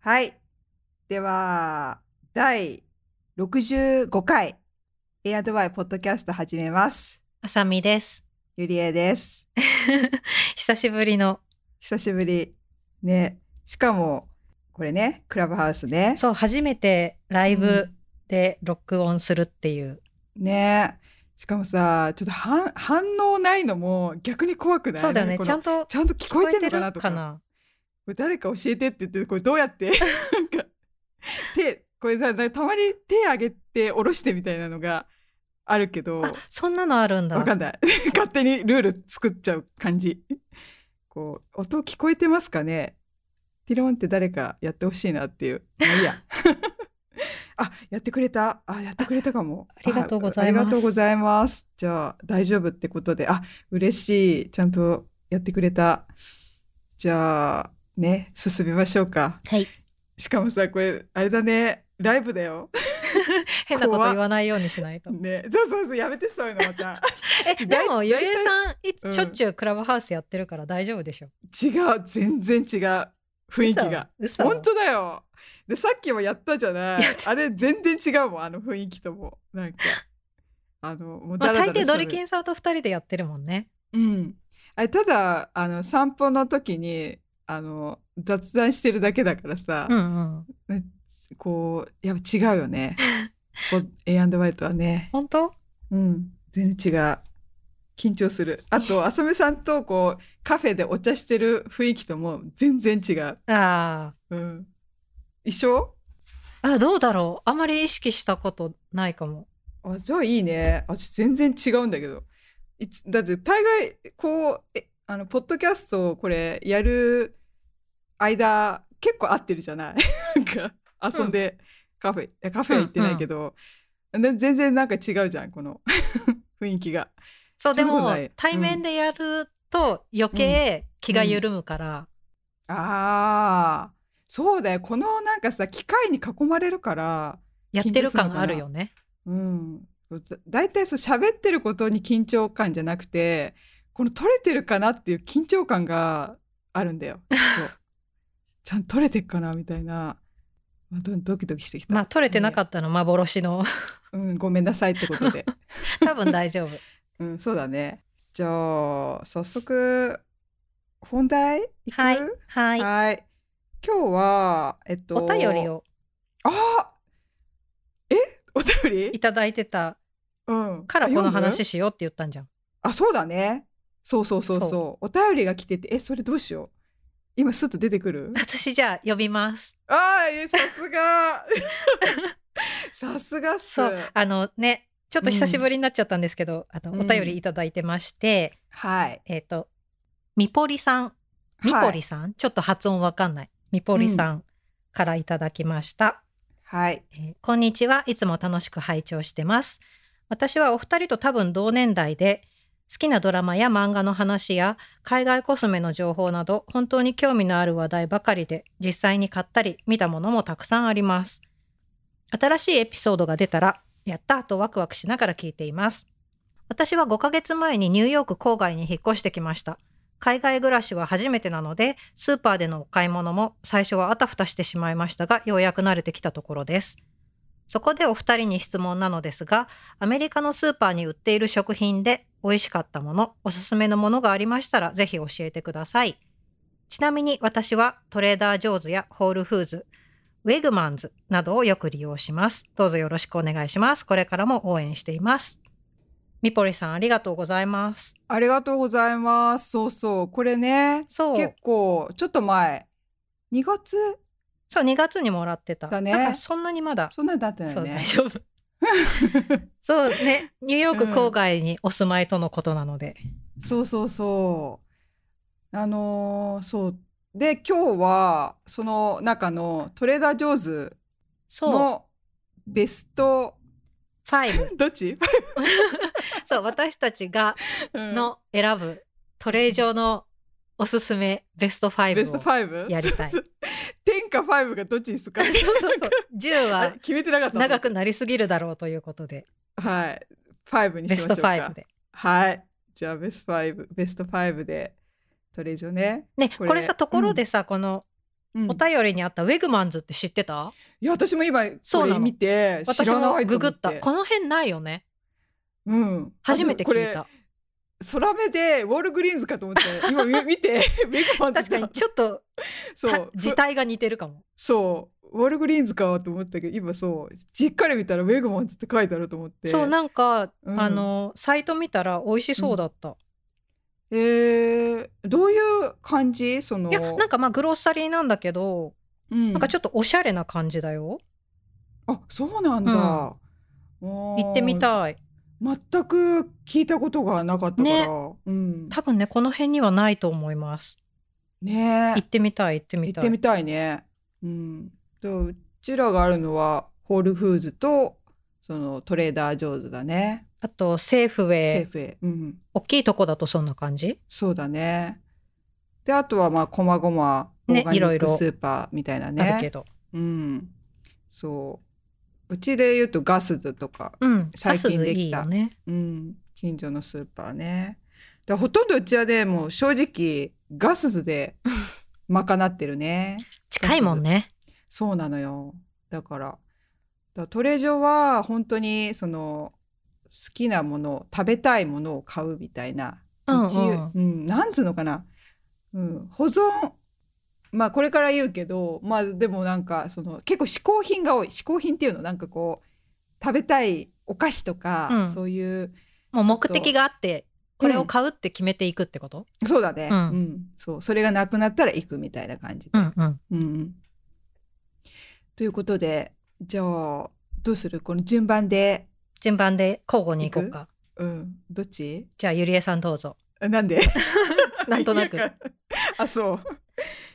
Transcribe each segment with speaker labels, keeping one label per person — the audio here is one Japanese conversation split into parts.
Speaker 1: はい。では、第65回、エアドバイポッドキャスト始めます。
Speaker 2: あさみです。
Speaker 1: ゆりえです。
Speaker 2: 久しぶりの。
Speaker 1: 久しぶり。ね。しかも、これね、クラブハウスね。
Speaker 2: そう、初めてライブで録音するっていう。
Speaker 1: ね。しかもさ、ちょっと反反応ないのも逆に怖くない
Speaker 2: そうだよね。
Speaker 1: なん
Speaker 2: ちゃ
Speaker 1: かこの
Speaker 2: んと
Speaker 1: ちゃんと聞こえてるのかなとか。
Speaker 2: な。
Speaker 1: これ誰か教えてって言ってこれどうやって なんか手これだだたまに手上げて下ろしてみたいなのがあるけど
Speaker 2: あ、そんなのあるんだ。
Speaker 1: わかんない 勝手にルール作っちゃう感じこう音聞こえてますかねティロンって誰かやってほしいなっていうまあいいや あやってくれたあやってくれたかも
Speaker 2: ありがとうございま
Speaker 1: あ
Speaker 2: す
Speaker 1: ありがとうございますじゃあ大丈夫ってことであ嬉しいちゃんとやってくれたじゃあね進みましょうか
Speaker 2: はい。
Speaker 1: しかもさこれあれだねライブだよ。
Speaker 2: 変なこと言わないようにしないと。
Speaker 1: ね、そうそうそうやめてそういうのまた。
Speaker 2: え、でも、
Speaker 1: 大
Speaker 2: ゆりえさん、
Speaker 1: うん
Speaker 2: いしょっちゅうクラブハウスやってるから大丈夫でしょ。
Speaker 1: 違う全然違う雰囲気が
Speaker 2: 嘘。嘘
Speaker 1: 本当だよでさっきもやったじゃない
Speaker 2: やっ
Speaker 1: あれ全然違うもんあの雰囲気ともなんかあのもう
Speaker 2: まあ、
Speaker 1: ダラダラ
Speaker 2: 大抵
Speaker 1: 喋
Speaker 2: ド
Speaker 1: る
Speaker 2: リキンさんと二人でやってるもんね。
Speaker 1: うんあれただあの散歩の時にあの雑談してるだけだからさ、
Speaker 2: うんうん。
Speaker 1: こうやっぱ違うよねこう A&Y とはね
Speaker 2: 本当
Speaker 1: うん全然違う緊張するあと浅見さんとこうカフェでお茶してる雰囲気とも全然違う
Speaker 2: あ
Speaker 1: うん。一緒
Speaker 2: あ。あ、どうだろう。あまり意識したことないかも。
Speaker 1: あ、じゃあいいね。あ、ち全然違うんだけど。いつだって大概、こう、え、あの、ポッドキャストをこれやる間、結構合ってるじゃないなんか、遊んで、カフェ、いやカフェは行ってないけど、で全然なんか違うじゃん、この 雰囲気が。
Speaker 2: そう、で
Speaker 1: そんなこと
Speaker 2: も
Speaker 1: ない、
Speaker 2: 対面でやると余計気が緩むから。
Speaker 1: ああ、そうだよ。このなんかさ、機械に囲まれるから、
Speaker 2: やってる感があるよね。
Speaker 1: うん、だ大体そう喋ってることに緊張感じゃなくてこの取れてるかなっていう緊張感があるんだよ。 きっとちゃんと取れてるかなみたいな、まあ、どドキドキしてきた、
Speaker 2: まあ、取れてなかったの、幻の。
Speaker 1: うん、ごめんなさいってことで、
Speaker 2: 多分大丈夫。
Speaker 1: うん、そうだねじゃあ早速本題いく
Speaker 2: はい。はい。
Speaker 1: はい今日はえっと
Speaker 2: お便りを
Speaker 1: あえお便
Speaker 2: い
Speaker 1: り、
Speaker 2: ただいてた
Speaker 1: うん、
Speaker 2: からこの
Speaker 1: 読む
Speaker 2: 話しようって言ったんじゃん。
Speaker 1: あ、そうだね。そうそうそうそう。
Speaker 2: そ
Speaker 1: お便りが来てて、え、それどうしよう。今すっと出てく る
Speaker 2: 私じゃあ呼びます。
Speaker 1: ああ、え、さすが。 さすがっす。
Speaker 2: そう。あのね、ちょっと久しぶりになっちゃったんですけど、あ
Speaker 1: うん
Speaker 2: のお便りいただいてまして、
Speaker 1: はい。
Speaker 2: えっ、と、みぽりさん、みぽりさん、ちょっと発音わかんない。みぽりさんからいただきました。
Speaker 1: はい。
Speaker 2: えーこんにちは。いつも楽しく拝聴してます。私はお二人と多分同年代で、好きなドラマや漫画の話や海外コスメの情報など本当に興味のある話題ばかりで実際に買ったり見たものもたくさんあります。新しいエピソードが出たらやったとワクワクしながら聞いています。私は5ヶ月前にニューヨーク郊外に引っ越してきました。海外暮らしは初めてなのでスーパーでのお買い物も最初はあたふたしてしまいましたがようやく慣れてきたところです。そこでお二人に質問なのですが、アメリカのスーパーに売っている食品で美味しかったもの、おすすめのものがありましたらぜひ教えてください。ちなみに私はトレーダージョーズやホールフーズ、ウェグマンズなどをよく利用します。どうぞよろしくお願いします。これからも応援しています。みぽりさんありがとうございます。
Speaker 1: ありがとうございます。そうそう。これね、
Speaker 2: そう。
Speaker 1: 結構、ちょっと前、2月
Speaker 2: そう、2月にもらってた。
Speaker 1: だね
Speaker 2: からそんなにまだ。
Speaker 1: そんなになってない
Speaker 2: そ
Speaker 1: よ
Speaker 2: う、
Speaker 1: ね
Speaker 2: 大。丈夫。 そうね、ニューヨーク郊外にお住まいとのことなので。
Speaker 1: そうそうそう。あのーそう。で、今日は、その中のトレーダー・ジョーズ
Speaker 2: そう、
Speaker 1: のベスト、
Speaker 2: 5。
Speaker 1: どっち
Speaker 2: そう、私たちがの選ぶトレイ上のおすすめベスト
Speaker 1: ベスト
Speaker 2: 5を
Speaker 1: 5?
Speaker 2: やりた い。
Speaker 1: そ
Speaker 2: そう
Speaker 1: そう天下5がどっちにするか
Speaker 2: うそうそう。10
Speaker 1: あれ
Speaker 2: は
Speaker 1: 決めてなかったもん
Speaker 2: 長くなりすぎるだろうということで、
Speaker 1: はい5にし
Speaker 2: ベ
Speaker 1: まし
Speaker 2: ス
Speaker 1: ょ
Speaker 2: ト
Speaker 1: うか
Speaker 2: 5で。
Speaker 1: はいじゃあベスト5ベスト5でトレジョね。
Speaker 2: ね
Speaker 1: こ
Speaker 2: こ
Speaker 1: れ
Speaker 2: れさところでさ、この
Speaker 1: うん
Speaker 2: お便りにあったウェグマンズって知ってた
Speaker 1: いや私も今
Speaker 2: そう
Speaker 1: こ
Speaker 2: な
Speaker 1: れ
Speaker 2: の
Speaker 1: 見て知
Speaker 2: 私
Speaker 1: ら
Speaker 2: も
Speaker 1: ないと
Speaker 2: ググ
Speaker 1: 思っ。
Speaker 2: ってたこの辺ないよね
Speaker 1: うん、
Speaker 2: 初めて
Speaker 1: こ
Speaker 2: 聞い
Speaker 1: れ
Speaker 2: た
Speaker 1: 空目でウォールグリーンズかと思って今み 見てビッグマン
Speaker 2: 確かにちょっと
Speaker 1: そ
Speaker 2: た
Speaker 1: う
Speaker 2: 字体が似てるかも
Speaker 1: そうウォールグリーンズかと思ったけど今そうじっかり見たらウェグマンズって書いてあると思って
Speaker 2: そうなんか、
Speaker 1: うん
Speaker 2: あのサイト見たら美味しそうだった、
Speaker 1: えー、どういう感じその
Speaker 2: いやなんかまあグロッサリーなんだけど、
Speaker 1: うん
Speaker 2: なんかちょっとおしゃれな感じだよ
Speaker 1: あそうなんだ、おー
Speaker 2: 行ってみたい
Speaker 1: 全く聞いたことがなかったから、
Speaker 2: ね
Speaker 1: うん
Speaker 2: 多分ねこの辺にはないと思います
Speaker 1: ね
Speaker 2: 行ってみたい行ってみ
Speaker 1: 行
Speaker 2: た
Speaker 1: っ
Speaker 2: い
Speaker 1: てみたいね。うん、とうちらがあるのはホールフーズとそのトレーダー・ジョーズだね。
Speaker 2: あとセーフウェ
Speaker 1: セー
Speaker 2: イ
Speaker 1: フへ、うん、
Speaker 2: 大きいとこだとそんな感じ
Speaker 1: そうだね。であとはまあこまごまオ
Speaker 2: ね
Speaker 1: ーガニ
Speaker 2: いろ
Speaker 1: ッ
Speaker 2: い
Speaker 1: ク
Speaker 2: ろ
Speaker 1: スーパーみたいなね。
Speaker 2: あるけど、
Speaker 1: うん、そううちで言うとガスズとか、
Speaker 2: うん
Speaker 1: 最近
Speaker 2: ガスズ
Speaker 1: で
Speaker 2: い
Speaker 1: き
Speaker 2: い
Speaker 1: た
Speaker 2: よね
Speaker 1: うん、近所のスーパーね。だほとんどうちはねもう正直ガスズ で賄ってるね。
Speaker 2: 近いもんね
Speaker 1: そうなのよ。だから、だからトレジョは本当にその好きなもの、食べたいものを買うみたいな、
Speaker 2: うんうん
Speaker 1: 一応うん、なんつうのかな、うん、保存、まあこれから言うけど、まあでもなんかその結構嗜好品が多い。嗜好品っていうのなんかこう食べたいお菓子とか、
Speaker 2: うん
Speaker 1: そういう
Speaker 2: もう目的があってこれを買うって決めていくってこと、
Speaker 1: そうだね、う
Speaker 2: うんん
Speaker 1: そうそれがなくなったら行くみたいな感じで。
Speaker 2: うん、うん
Speaker 1: うん、ということでじゃあどうするこの順番で、
Speaker 2: 順番で交互に行こうか
Speaker 1: うん、どっち
Speaker 2: じゃあゆりえさんどう ぞ
Speaker 1: あなんで
Speaker 2: なんとなく
Speaker 1: 嫌か あそう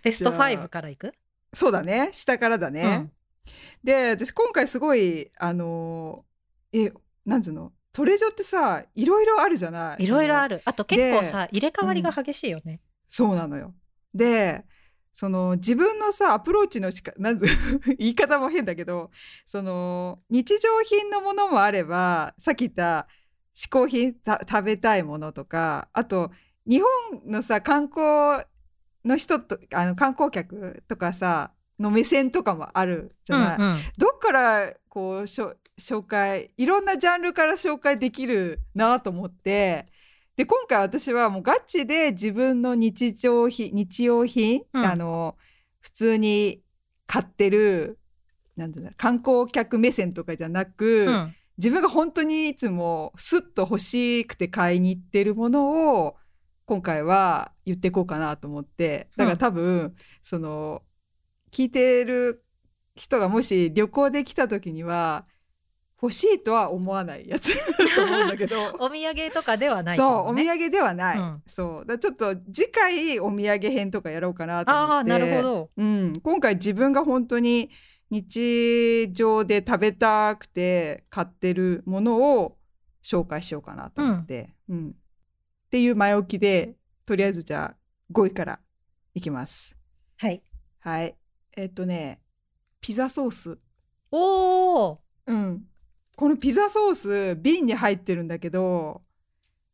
Speaker 2: ベスト
Speaker 1: じゃあ
Speaker 2: 5からいく
Speaker 1: そうだね下からだね、で私今回すごいあのーえなんつうのトレジョってさいろいろあるじゃない
Speaker 2: いろいろあ
Speaker 1: る
Speaker 2: るあと結構さ入れ替わりが激しいよね、
Speaker 1: そうなのよでその自分のさアプローチのしかなん 言い方も変だけどその日常品のものもあればさっき言った嗜好品た食べたいものとかあと日本のさ観光の人とあの観光客とかさの目線とかもあるじゃない、
Speaker 2: うんうん
Speaker 1: どっからこうしょ紹介いろんなジャンルから紹介できるなと思ってで今回私はもうガチで自分の日常品日用品、
Speaker 2: うん
Speaker 1: あの普通に買ってるなんていうんだ観光客目線とかじゃなく、
Speaker 2: うん
Speaker 1: 自分が本当にいつもスッと欲しくて買いに行ってるものを今回は言っていこうかなと思ってだから多分、その聞いてる人がもし旅行で来た時には欲しいとは思わないやつ と思うんだけ ど。
Speaker 2: お土産とかではないか
Speaker 1: そう
Speaker 2: も
Speaker 1: お
Speaker 2: ね、
Speaker 1: 土産ではない、
Speaker 2: うん
Speaker 1: そうだからちょっと次回お土産編とかやろうかなと思って
Speaker 2: ああなるほど
Speaker 1: うん、今回自分が本当に日常で食べたくて買ってるものを紹介しようかなと思って、うんっていう前置きでとりあえずじゃあ5位からいきます
Speaker 2: はい
Speaker 1: はいえっとねピザソース、
Speaker 2: おお
Speaker 1: うん、このピザソース瓶に入ってるんだけど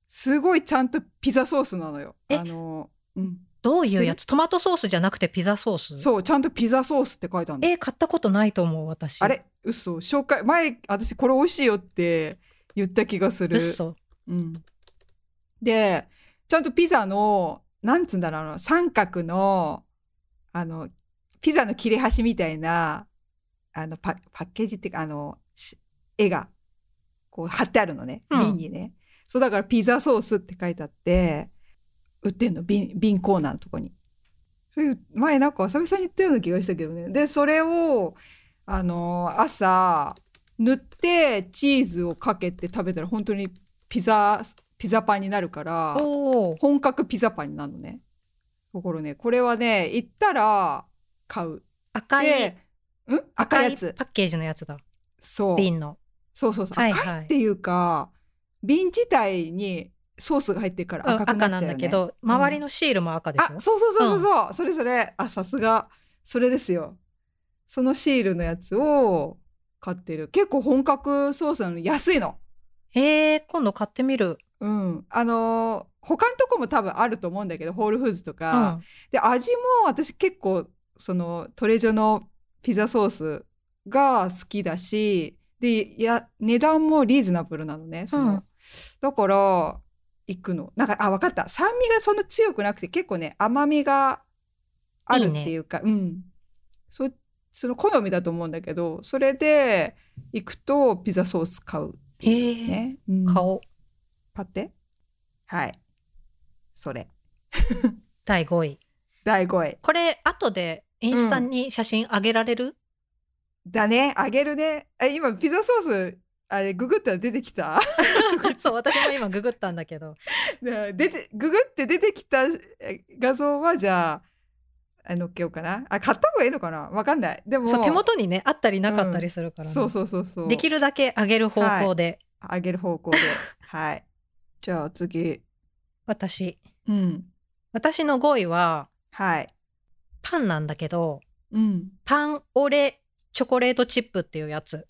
Speaker 1: すごいちゃんとピザソースなのよ
Speaker 2: え
Speaker 1: あの、うん、
Speaker 2: どういうやつトマトソースじゃなくてピザソース
Speaker 1: そうちゃんとピザソースって書いてあるの
Speaker 2: えー買ったことないと思う私
Speaker 1: あれ嘘紹介前私これ美味しいよって言った気がする。
Speaker 2: 嘘
Speaker 1: うん、でちゃんとピザのなんつうんだろうあの三角のあのピザの切れ端みたいなあのパパッケージっていうかあのし絵がこう貼ってあるのね
Speaker 2: うん
Speaker 1: 瓶にね、そうだからピザソースって書いてあって売ってんの瓶瓶コーナーのとこに。そういう前なんか浅見さんに言ったような気がしたけどねでそれをあの朝塗ってチーズをかけて食べたら本当にピザピザパンになるから
Speaker 2: おお
Speaker 1: 本格ピザパンになるのねところねこれはね行ったら買う
Speaker 2: 赤い
Speaker 1: で、うん、赤いやつ
Speaker 2: パッケージのやつだ
Speaker 1: そう
Speaker 2: 瓶の
Speaker 1: そうそうそう、
Speaker 2: はいはい
Speaker 1: 赤いっていうか瓶自体にソースが入ってるから
Speaker 2: うん
Speaker 1: 赤
Speaker 2: 赤
Speaker 1: くな
Speaker 2: な
Speaker 1: っ
Speaker 2: ん
Speaker 1: ちゃうよ、ね、
Speaker 2: だけど周りのシールも赤です
Speaker 1: あ
Speaker 2: よ、
Speaker 1: そうそうそうそうそう、それそれあさすがそれですよそのシールのやつを買ってる結構本格ソースなのに安いの
Speaker 2: えー、今度買ってみる。
Speaker 1: うん、あのー他のとこも多分あると思うんだけどホールフーズと
Speaker 2: う
Speaker 1: か、
Speaker 2: ん。
Speaker 1: で味も私結構そのトレジョのピザソースが好きだしでや値段もリーズナブルなのねその、
Speaker 2: うん
Speaker 1: だから行くのなんかあ分かった酸味がそんな強くなくて結構ね甘みがあるっていうかうんそその好みだと思うんだけどそれで行くとピザソース買う
Speaker 2: えー、
Speaker 1: ね、うん
Speaker 2: 買おう。
Speaker 1: パテはいそれ
Speaker 2: 第5位。
Speaker 1: 第5位
Speaker 2: これ、後でインスタに写真あげられる、
Speaker 1: だねあげるねえ今ピザソースあれググったら出てきた
Speaker 2: そう、私も今ググったんだけど。
Speaker 1: ね出てググって出てきたえ画像はじゃああ載っけようかなあ買った方がいいのかなわかんないでも
Speaker 2: そう、手元にね、あったりなかったりするからね、
Speaker 1: そうそうそうそう
Speaker 2: できるだけ上げる方向で、
Speaker 1: あげる方 向ではいじゃあ次
Speaker 2: 私。
Speaker 1: うん
Speaker 2: 私の5位は、
Speaker 1: はい
Speaker 2: パンなんだけど、
Speaker 1: うん
Speaker 2: パンオレチョコレートチップっていうやつ。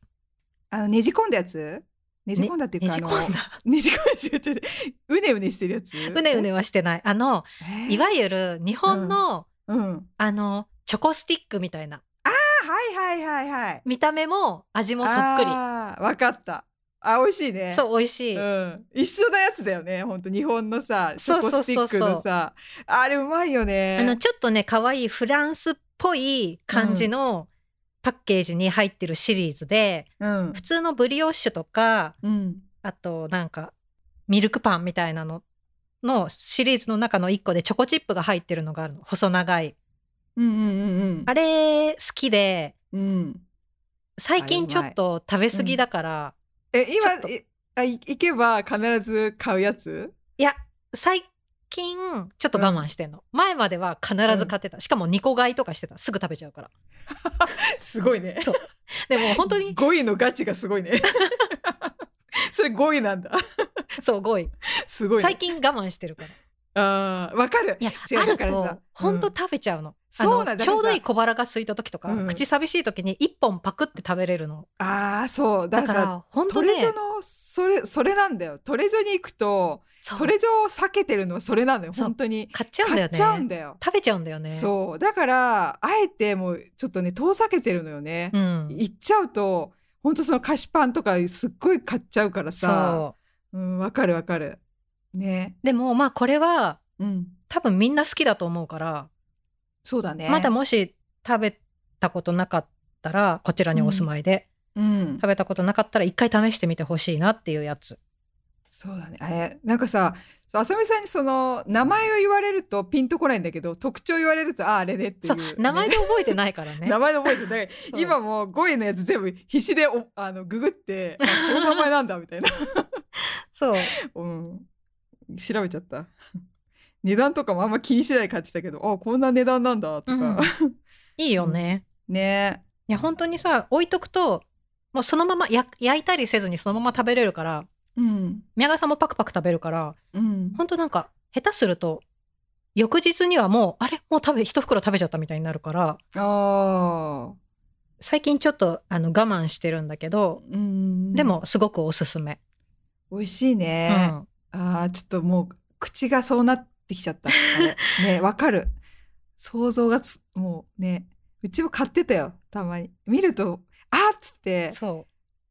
Speaker 1: あのねじ込んだやつねじ込んだっていう
Speaker 2: ね
Speaker 1: か、
Speaker 2: じ
Speaker 1: あの
Speaker 2: 込んだ。
Speaker 1: ねじ込んだ違う違ううねうねしてるやつ
Speaker 2: うねうねはしてない。あの、
Speaker 1: えー
Speaker 2: いわゆる日本の、
Speaker 1: うん。
Speaker 2: あの、チョコスティックみたいな。
Speaker 1: あ、はいはいはいはい。
Speaker 2: 見た目も味もそっくり。
Speaker 1: あーわかった。あ、美味しいね。
Speaker 2: そう、美味しい。
Speaker 1: うん、一緒のやつだよね。本当日本のさ、チ
Speaker 2: そう
Speaker 1: ョ
Speaker 2: そ
Speaker 1: コ
Speaker 2: うそうそう
Speaker 1: スティックのさ、あれうまいよね。
Speaker 2: あの、ちょっとね、可愛いフランスっぽい感じのパッケージに入ってるシリーズで、
Speaker 1: うん
Speaker 2: 普、通のブリオッシュとか、
Speaker 1: うん、
Speaker 2: あとなんかミルクパンみたいなののシリーズの中の1個でチョコチップが入ってるのがあるの細長い
Speaker 1: うんうんうんうん。
Speaker 2: あれ好きで
Speaker 1: うん。
Speaker 2: 最近ちょっと食べ過ぎだから、
Speaker 1: え、
Speaker 2: ちょっと
Speaker 1: 今いあい行けば必ず買うや つ？
Speaker 2: いや最近ちょっと我慢してんの、前までは必ず買ってたしかも2個買いとかしてたすぐ食べちゃうから
Speaker 1: すごいね。
Speaker 2: そうでも本当に
Speaker 1: 5位のガチがすごいね。 それ5位なんだ。
Speaker 2: そう5位
Speaker 1: すごい、ね。
Speaker 2: 最近我慢してるから
Speaker 1: ああ、わかる。
Speaker 2: いや
Speaker 1: 違う
Speaker 2: あ
Speaker 1: だ
Speaker 2: る
Speaker 1: からさ
Speaker 2: と本当
Speaker 1: うん
Speaker 2: 食べちゃうの,、
Speaker 1: そう
Speaker 2: あ
Speaker 1: な
Speaker 2: の
Speaker 1: んだ
Speaker 2: ちょうどいい小腹が空いた時とか、
Speaker 1: うん
Speaker 2: 口寂しい時に1本パクって食べれるの
Speaker 1: ああ、そう。だ
Speaker 2: だ
Speaker 1: か
Speaker 2: から
Speaker 1: さ
Speaker 2: ら本当
Speaker 1: ト
Speaker 2: ね
Speaker 1: レジョのそれそれなんだよトレジョに行くと
Speaker 2: そう
Speaker 1: トレジョを避けてるのはそれなのよ
Speaker 2: そう
Speaker 1: 本当に
Speaker 2: 買っちゃうんだ
Speaker 1: 買
Speaker 2: よ
Speaker 1: っ
Speaker 2: ね
Speaker 1: ちゃうんだよ
Speaker 2: 食べちゃうんだよね
Speaker 1: そうだからあえてもうちょっとね遠ざけてるのよね、
Speaker 2: ん、
Speaker 1: 行っちゃうと本当その菓子パンとかすっごい買っちゃうからさ
Speaker 2: そ
Speaker 1: うんわかるわかるね
Speaker 2: うでもまあこれは
Speaker 1: うん
Speaker 2: 多分みんな好きだと思うから、
Speaker 1: そうだね
Speaker 2: まだもし食べたことなかったらこちらにお住まいで、
Speaker 1: うん
Speaker 2: 食べたことなかったら一回試してみてほしいなっていうやつ
Speaker 1: そうだねあれなんかさそう浅見さんにその名前を言われるとピンとこないんだけど特徴言われるとあああれねってい
Speaker 2: そうう
Speaker 1: ね、
Speaker 2: 名前で覚えてないから ね
Speaker 1: 名前覚えてだから
Speaker 2: そう
Speaker 1: 今もう5位のやつ全部必死でおあのググってあこの名前なんだみたいな、
Speaker 2: そう
Speaker 1: うん、調べちゃった値段とかもあんま気にしない感じだけどあこんな値段なんだとか、
Speaker 2: いいよね、
Speaker 1: ね
Speaker 2: いや本当にさ置いとくともうそのままや焼いたりせずにそのまま食べれるから
Speaker 1: うん
Speaker 2: 宮川さんもパクパク食べるから
Speaker 1: うん
Speaker 2: 本当なんか下手すると翌日にはもうあれもう食べ一袋食べちゃったみたいになるから
Speaker 1: あ
Speaker 2: 最近ちょっとあの我慢してるんだけど
Speaker 1: ーうん
Speaker 2: でもすごくおすすめ、
Speaker 1: 美味しいね、
Speaker 2: うん
Speaker 1: あーちょっともう口がそうなってきちゃったあれ ねわかる想像がつもうねうちも買ってたよたまに見るとあーっつって
Speaker 2: そ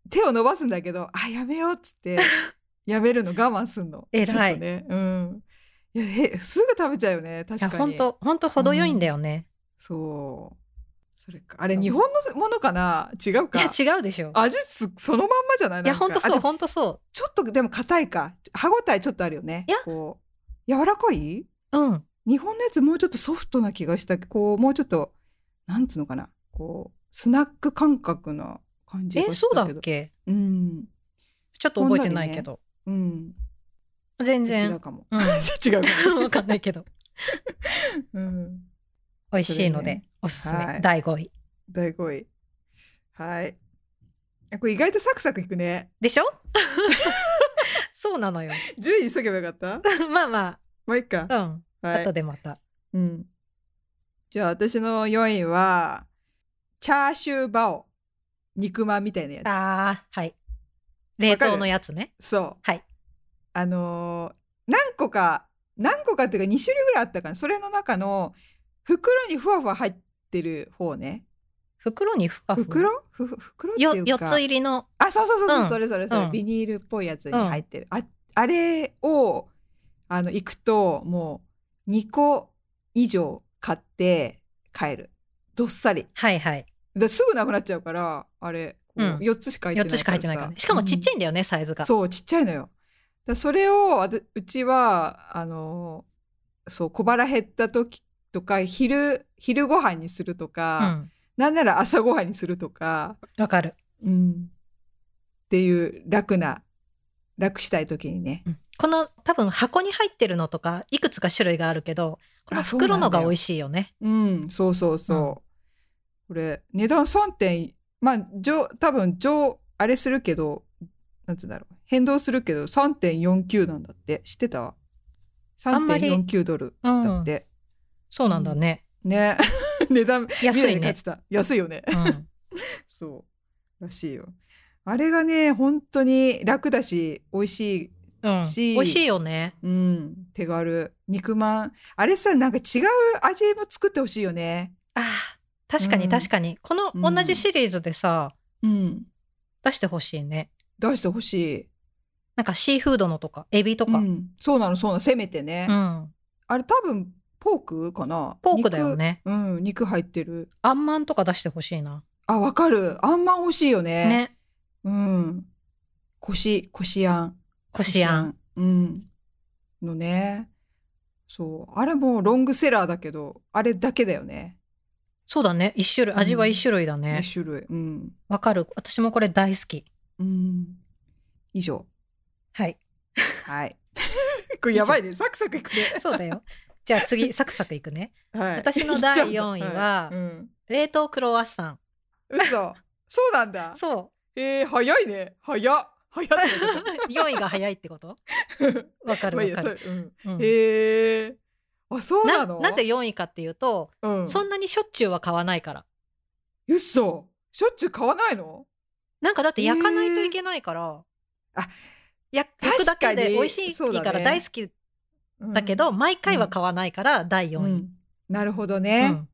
Speaker 2: う
Speaker 1: 手を伸ばすんだけどあやめようっつって やめるの我慢すんの
Speaker 2: 偉い
Speaker 1: ちょっとねうんいやへすぐ食べちゃうよね
Speaker 2: いや
Speaker 1: 確か
Speaker 2: 本
Speaker 1: に
Speaker 2: 当本当程よいんだよね、
Speaker 1: そうそれかあれ
Speaker 2: そう
Speaker 1: 日本のものかな違うか
Speaker 2: いや違うでしょ
Speaker 1: 味すそのまんまじゃない
Speaker 2: い
Speaker 1: な
Speaker 2: や
Speaker 1: んか
Speaker 2: 本当
Speaker 1: あ
Speaker 2: そ
Speaker 1: で
Speaker 2: う
Speaker 1: も
Speaker 2: 本当そ
Speaker 1: ちょっとでも硬いか歯ごたえちょっとあるよね
Speaker 2: いや
Speaker 1: こう柔らかいう
Speaker 2: うん
Speaker 1: 日本のやつもうちょっとソフトな気がしたこうもうちょっとなんつうのかなこうスナック感覚な感じが
Speaker 2: え
Speaker 1: し
Speaker 2: そうだ
Speaker 1: たけ
Speaker 2: っ
Speaker 1: ど
Speaker 2: け
Speaker 1: うん
Speaker 2: ちょっと覚えてないけど、
Speaker 1: うん
Speaker 2: 全
Speaker 1: 違
Speaker 2: 然
Speaker 1: うかも
Speaker 2: うん
Speaker 1: 違うかも
Speaker 2: わかんないけど
Speaker 1: うん、
Speaker 2: 美味しい
Speaker 1: そ
Speaker 2: の
Speaker 1: れ
Speaker 2: で
Speaker 1: ね
Speaker 2: おすすめ、
Speaker 1: はい
Speaker 2: 第5位
Speaker 1: 第5位はいあこれ意外とサクサクいくね
Speaker 2: でしょそうなのよ
Speaker 1: 10位にしとけばよかった
Speaker 2: まあま
Speaker 1: まあいいか、
Speaker 2: あうん、
Speaker 1: はい
Speaker 2: 後でまた
Speaker 1: うん、じゃあ私の4位はチャーシューバオ肉まんみたいなや
Speaker 2: あーはい
Speaker 1: つ
Speaker 2: 冷凍のやつね。
Speaker 1: そう。
Speaker 2: はい。
Speaker 1: あのー何個か、何個かっていうか2種類ぐらいあったから、それの中の袋にふわふわ入ってる方ね。
Speaker 2: 袋にふわふわ。
Speaker 1: 袋ふふ袋って
Speaker 2: よ
Speaker 1: いう
Speaker 2: 4
Speaker 1: か。
Speaker 2: つ入りの。
Speaker 1: あ、そうそうそうそう、
Speaker 2: うん
Speaker 1: それそれそれ、
Speaker 2: うん
Speaker 1: ビニールっぽいやつに入ってる。あ、あれを、あの、行くと、もう、2個以上買って帰る。どっさり。
Speaker 2: はいはい。
Speaker 1: ですぐなくなっちゃうから、あれ、こう
Speaker 2: うん
Speaker 1: 4つしか入って
Speaker 2: 4
Speaker 1: ない
Speaker 2: つしか入ってないからね。しかもちっちゃいんだよね、サイズが。
Speaker 1: そう、ちっちゃいのよ。だそれを、あたうちは、あの、そう、小腹減った時とか、昼、昼ご飯にすると
Speaker 2: う
Speaker 1: か、
Speaker 2: ん。
Speaker 1: なんなら朝ご飯にするとか、
Speaker 2: わかる。
Speaker 1: うん、っていう楽な、楽したい時にね。
Speaker 2: この多分箱に入ってるのとかいくつか種類があるけどこの
Speaker 1: あそうなんだ
Speaker 2: 袋
Speaker 1: よ
Speaker 2: のが美味しいよね
Speaker 1: うん、そうそうそう。
Speaker 2: うん
Speaker 1: これ、値段3点、まあ、上、多分上、あれするけど、なんつうんだろう。変動するけど、3.49なんだって。知ってた
Speaker 2: あんまり
Speaker 1: ?3.49 ドル
Speaker 2: う
Speaker 1: だっ
Speaker 2: ん
Speaker 1: て。
Speaker 2: そうなんだね、
Speaker 1: ね 値段
Speaker 2: 安い
Speaker 1: 未来で買っ
Speaker 2: ね
Speaker 1: て、た安いよね
Speaker 2: うん、
Speaker 1: そうらしいよあれがね本当に楽だし美味し
Speaker 2: うん、
Speaker 1: し
Speaker 2: 美味しいよね
Speaker 1: いうん手軽肉まんあれさなんか違う味も作ってほしいよね
Speaker 2: あー確か
Speaker 1: う
Speaker 2: に
Speaker 1: ん
Speaker 2: 確かに、こ
Speaker 1: う
Speaker 2: の
Speaker 1: ん
Speaker 2: 同じシリーズでさ、
Speaker 1: うん
Speaker 2: 出してほしいね
Speaker 1: 出してほしい
Speaker 2: なんかシーフードのとかエビとか、
Speaker 1: う
Speaker 2: うん
Speaker 1: ん、そうなのそうなのせめてね、あれ多分ポークかな
Speaker 2: ポークだよね
Speaker 1: 肉うん肉入ってる
Speaker 2: あんまんとか出してほしいな
Speaker 1: あわかるあんまん欲しいよね
Speaker 2: ね
Speaker 1: うんこしこしあん
Speaker 2: こしあん
Speaker 1: ん。うん。のね。そう。あれもうロングセラーだけど、あれだけだよね。
Speaker 2: そうだね一種類味は一種類だ
Speaker 1: 2
Speaker 2: ね
Speaker 1: 種類。うん。
Speaker 2: わ、かる私もこれ大好き
Speaker 1: うん。以上。
Speaker 2: はい
Speaker 1: はい。 これやばいね。サクサクいくね。
Speaker 2: そうだよじゃあ次サクサクいくね
Speaker 1: はい
Speaker 2: 私の第四
Speaker 1: い
Speaker 2: 位は
Speaker 1: っちゃうんだうん。
Speaker 2: 冷凍クロワッサン
Speaker 1: 嘘。そうなんだ。
Speaker 2: そう
Speaker 1: えー、早いね。早っ。早っ
Speaker 2: 用意が早いってこと
Speaker 1: てこと。
Speaker 2: わかる
Speaker 1: まあいい
Speaker 2: わ
Speaker 1: や
Speaker 2: か
Speaker 1: そ
Speaker 2: る、
Speaker 1: れうん
Speaker 2: うん
Speaker 1: へえ。あ、そう
Speaker 2: な
Speaker 1: なの
Speaker 2: なぜ4位かっていうと、
Speaker 1: うん。
Speaker 2: そんなにしょっちゅうは買わないから
Speaker 1: 嘘。しょっちゅう買わないの
Speaker 2: なんかだって焼かないといけないから、
Speaker 1: えーあ
Speaker 2: 焼焼くだけで
Speaker 1: 確かに
Speaker 2: 美味しい
Speaker 1: そうだ
Speaker 2: か
Speaker 1: ね
Speaker 2: ら大好き
Speaker 1: うん
Speaker 2: だけど、毎回は買わないから第4位、
Speaker 1: うんなるほど
Speaker 2: う
Speaker 1: ね。
Speaker 2: ん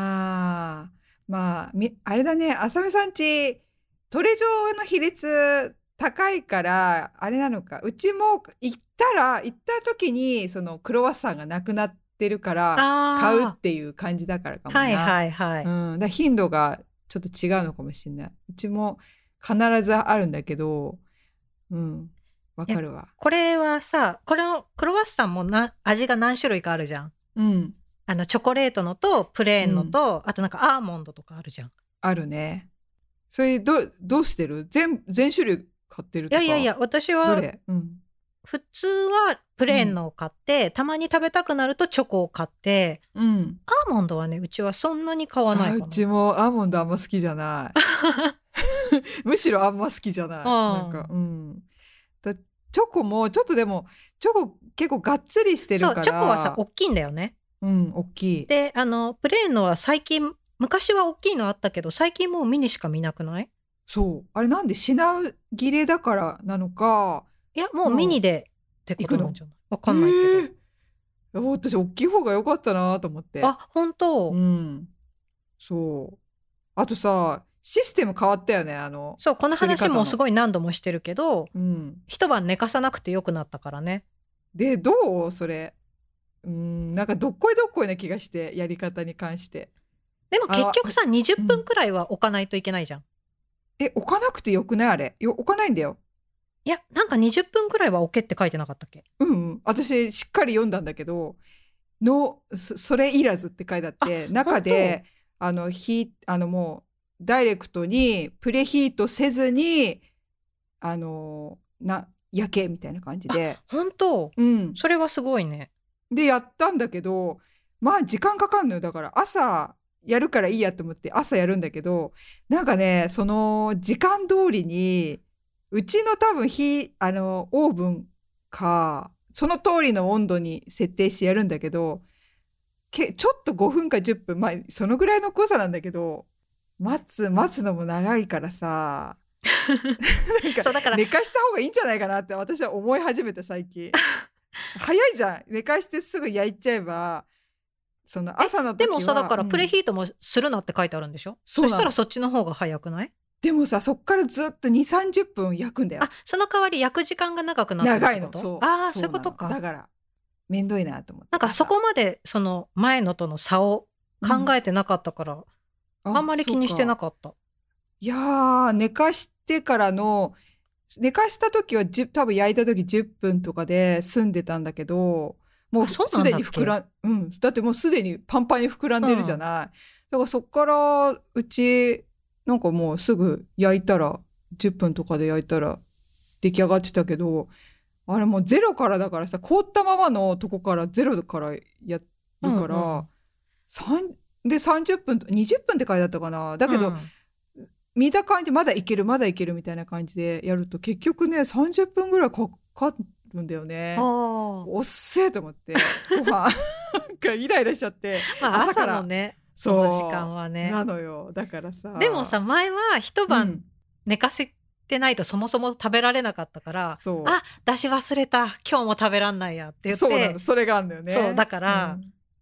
Speaker 1: ああ、まあ、み、あれだね、浅見さんち、トレジョの比率高いから、あれなのか、うちも行ったら、行った時に、そのクロワッサンがなくなってるから、
Speaker 2: あー
Speaker 1: 買うっていう感じだからかもな。
Speaker 2: はいはいはい、
Speaker 1: うん、だから頻度がちょっと違うのかもしれない。うちも必ずあるんだけど、うん、わかるわ。
Speaker 2: これはさこれのクロワッサンもな味が何種類かあるじゃん
Speaker 1: うん、
Speaker 2: あのチョコレートのとプレーンのと、あとなんかアーモンドとかあるじゃんい
Speaker 1: あるね。それ、ど、どうしてる全、全種類買ってると
Speaker 2: や
Speaker 1: か
Speaker 2: いやいや私
Speaker 1: ど
Speaker 2: は
Speaker 1: れ、うん、
Speaker 2: 普通はプレーンのを買って、たまに食べたくなるとチョコを買って
Speaker 1: うん、
Speaker 2: アーモンドはねうちはそんなに買わない
Speaker 1: あ
Speaker 2: か
Speaker 1: う
Speaker 2: な
Speaker 1: ちもアーモンドあんま好きじゃない むしろあんま好きじゃないなんかうんだチョコもちょっとでもチョコ結構がっつりしてる
Speaker 2: そ
Speaker 1: か
Speaker 2: う
Speaker 1: ら
Speaker 2: チョコはさ大きいんだよね
Speaker 1: うん大きい
Speaker 2: であのプレーンのは最近昔は大きいのあったけど最近もうミニしか見なくない
Speaker 1: そうあれなんで品切れだからなのか
Speaker 2: いやもうミニでってことなんじゃないわかんないけど、
Speaker 1: えー私大きい方が良かったなと思って
Speaker 2: あ本当、
Speaker 1: うんそうあとさシステム変わったよねあの
Speaker 2: そうこの
Speaker 1: 作
Speaker 2: 話
Speaker 1: り方の
Speaker 2: もすごい何度もしてるけど
Speaker 1: うん
Speaker 2: 一晩寝かさなくてよくなったからね
Speaker 1: でどうそれうーんなんかどっこいどっこいな気がしてやり方に関して
Speaker 2: でも結局さ20分くらいは置かないといけないじゃん、
Speaker 1: え置かなくてよくないあれよ置かないんだよ
Speaker 2: いやなんか20分くらいは置けって書いてなかったっけ
Speaker 1: うん、うん、私しっかり読んだんだけど「のそそれいらず」って書いてあって中であのひあのもうダイレクトにプレヒートせずにあのな焼けみたいな感じで、
Speaker 2: 本当
Speaker 1: うん、
Speaker 2: それはすごいね
Speaker 1: でやったんだけどまあ時間かかんのよだから朝やるからいいやと思って朝やるんだけどなんかねその時間通りにうちの多分火あのオーブンかその通りの温度に設定してやるんだけどけちょっと5分か10分まあそのぐらいの誤差なんだけど待つ待つのも長いからさ なん
Speaker 2: そうだから
Speaker 1: 寝かした方がいいんじゃないかなって私は思い始めた最近早いじゃん寝かしてすぐ焼いちゃえばその朝の時
Speaker 2: で
Speaker 1: は
Speaker 2: もさだからプレ
Speaker 1: うん
Speaker 2: ヒートもするなって書いてあるんでしょ、
Speaker 1: そうな
Speaker 2: そ
Speaker 1: の
Speaker 2: したらそっちの方が早くない
Speaker 1: でもさそっからずっと2三3 0分焼くんだよ
Speaker 2: あその代わり焼く時間が長くなって
Speaker 1: 長
Speaker 2: るっ
Speaker 1: い
Speaker 2: てこ
Speaker 1: の
Speaker 2: と
Speaker 1: そう
Speaker 2: ああ
Speaker 1: そ
Speaker 2: そうういうこと
Speaker 1: なの
Speaker 2: か
Speaker 1: だからめんどいなと思って
Speaker 2: なんかそこまでその前のとの差を考えてなかったから、
Speaker 1: 朝
Speaker 2: あんまり気にしてな
Speaker 1: そうか
Speaker 2: かった
Speaker 1: いやー寝かしてからの寝かした時は10多分焼いた時10分とかで済んでたんだけどもう
Speaker 2: あ
Speaker 1: す
Speaker 2: そうなんだ
Speaker 1: で
Speaker 2: っけ
Speaker 1: に膨らんうんだってもうすでにパンパンに膨らんでるじゃない、だからそっからうちなんかもうすぐ焼いたら10分とかで焼いたら出来上がってたけどあれもうゼロからだからさ凍ったままのとこからゼロからやるから、
Speaker 2: うんうん
Speaker 1: 三で30分と20分って書いてあったかなだけど、
Speaker 2: うん
Speaker 1: 見た感じまだいけるまだいけるみたいな感じでやると結局ね30分ぐらいかかるんだよね
Speaker 2: あ。ー
Speaker 1: おっせえと思ってご飯なんかイライラしちゃって
Speaker 2: まあ
Speaker 1: 朝か
Speaker 2: 朝
Speaker 1: ら
Speaker 2: のねそ
Speaker 1: そう
Speaker 2: の時間はね
Speaker 1: なのよだからさ
Speaker 2: でもさ前は一
Speaker 1: う
Speaker 2: 晩
Speaker 1: ん
Speaker 2: 寝かせてないとそもそも食べられなかったから、
Speaker 1: そう
Speaker 2: あ出し忘れた今日も食べらんないやって言っ
Speaker 1: そうな
Speaker 2: て
Speaker 1: のそれがあるんだよね
Speaker 2: そうだから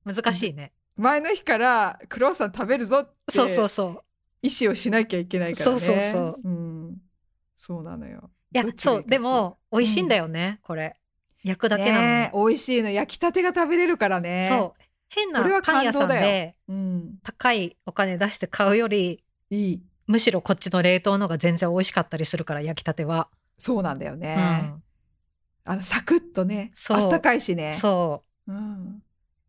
Speaker 1: うん
Speaker 2: 難しいね、
Speaker 1: 前の日からクロワッサン食べるぞって
Speaker 2: そうそうそう
Speaker 1: 意思をしなきゃいけないからね、
Speaker 2: そうそうそう
Speaker 1: ん、そうなのよ
Speaker 2: いや
Speaker 1: どっちがいい
Speaker 2: そう
Speaker 1: かって
Speaker 2: でも美味しいんだよね、これ焼くだけなのに、
Speaker 1: ねえ美味しいの焼きたてが食べれるからね
Speaker 2: そう変な
Speaker 1: これは
Speaker 2: パン
Speaker 1: 感動だ
Speaker 2: 屋
Speaker 1: よ
Speaker 2: さんで
Speaker 1: う、うん、
Speaker 2: 高いお金出して買うより
Speaker 1: いい
Speaker 2: むしろこっちの冷凍のが全然美味しかったりするから焼きたては、
Speaker 1: そうなんだよ
Speaker 2: う
Speaker 1: ね、
Speaker 2: ん
Speaker 1: あのサクッとね
Speaker 2: そう
Speaker 1: あったかいしね
Speaker 2: そ
Speaker 1: うん、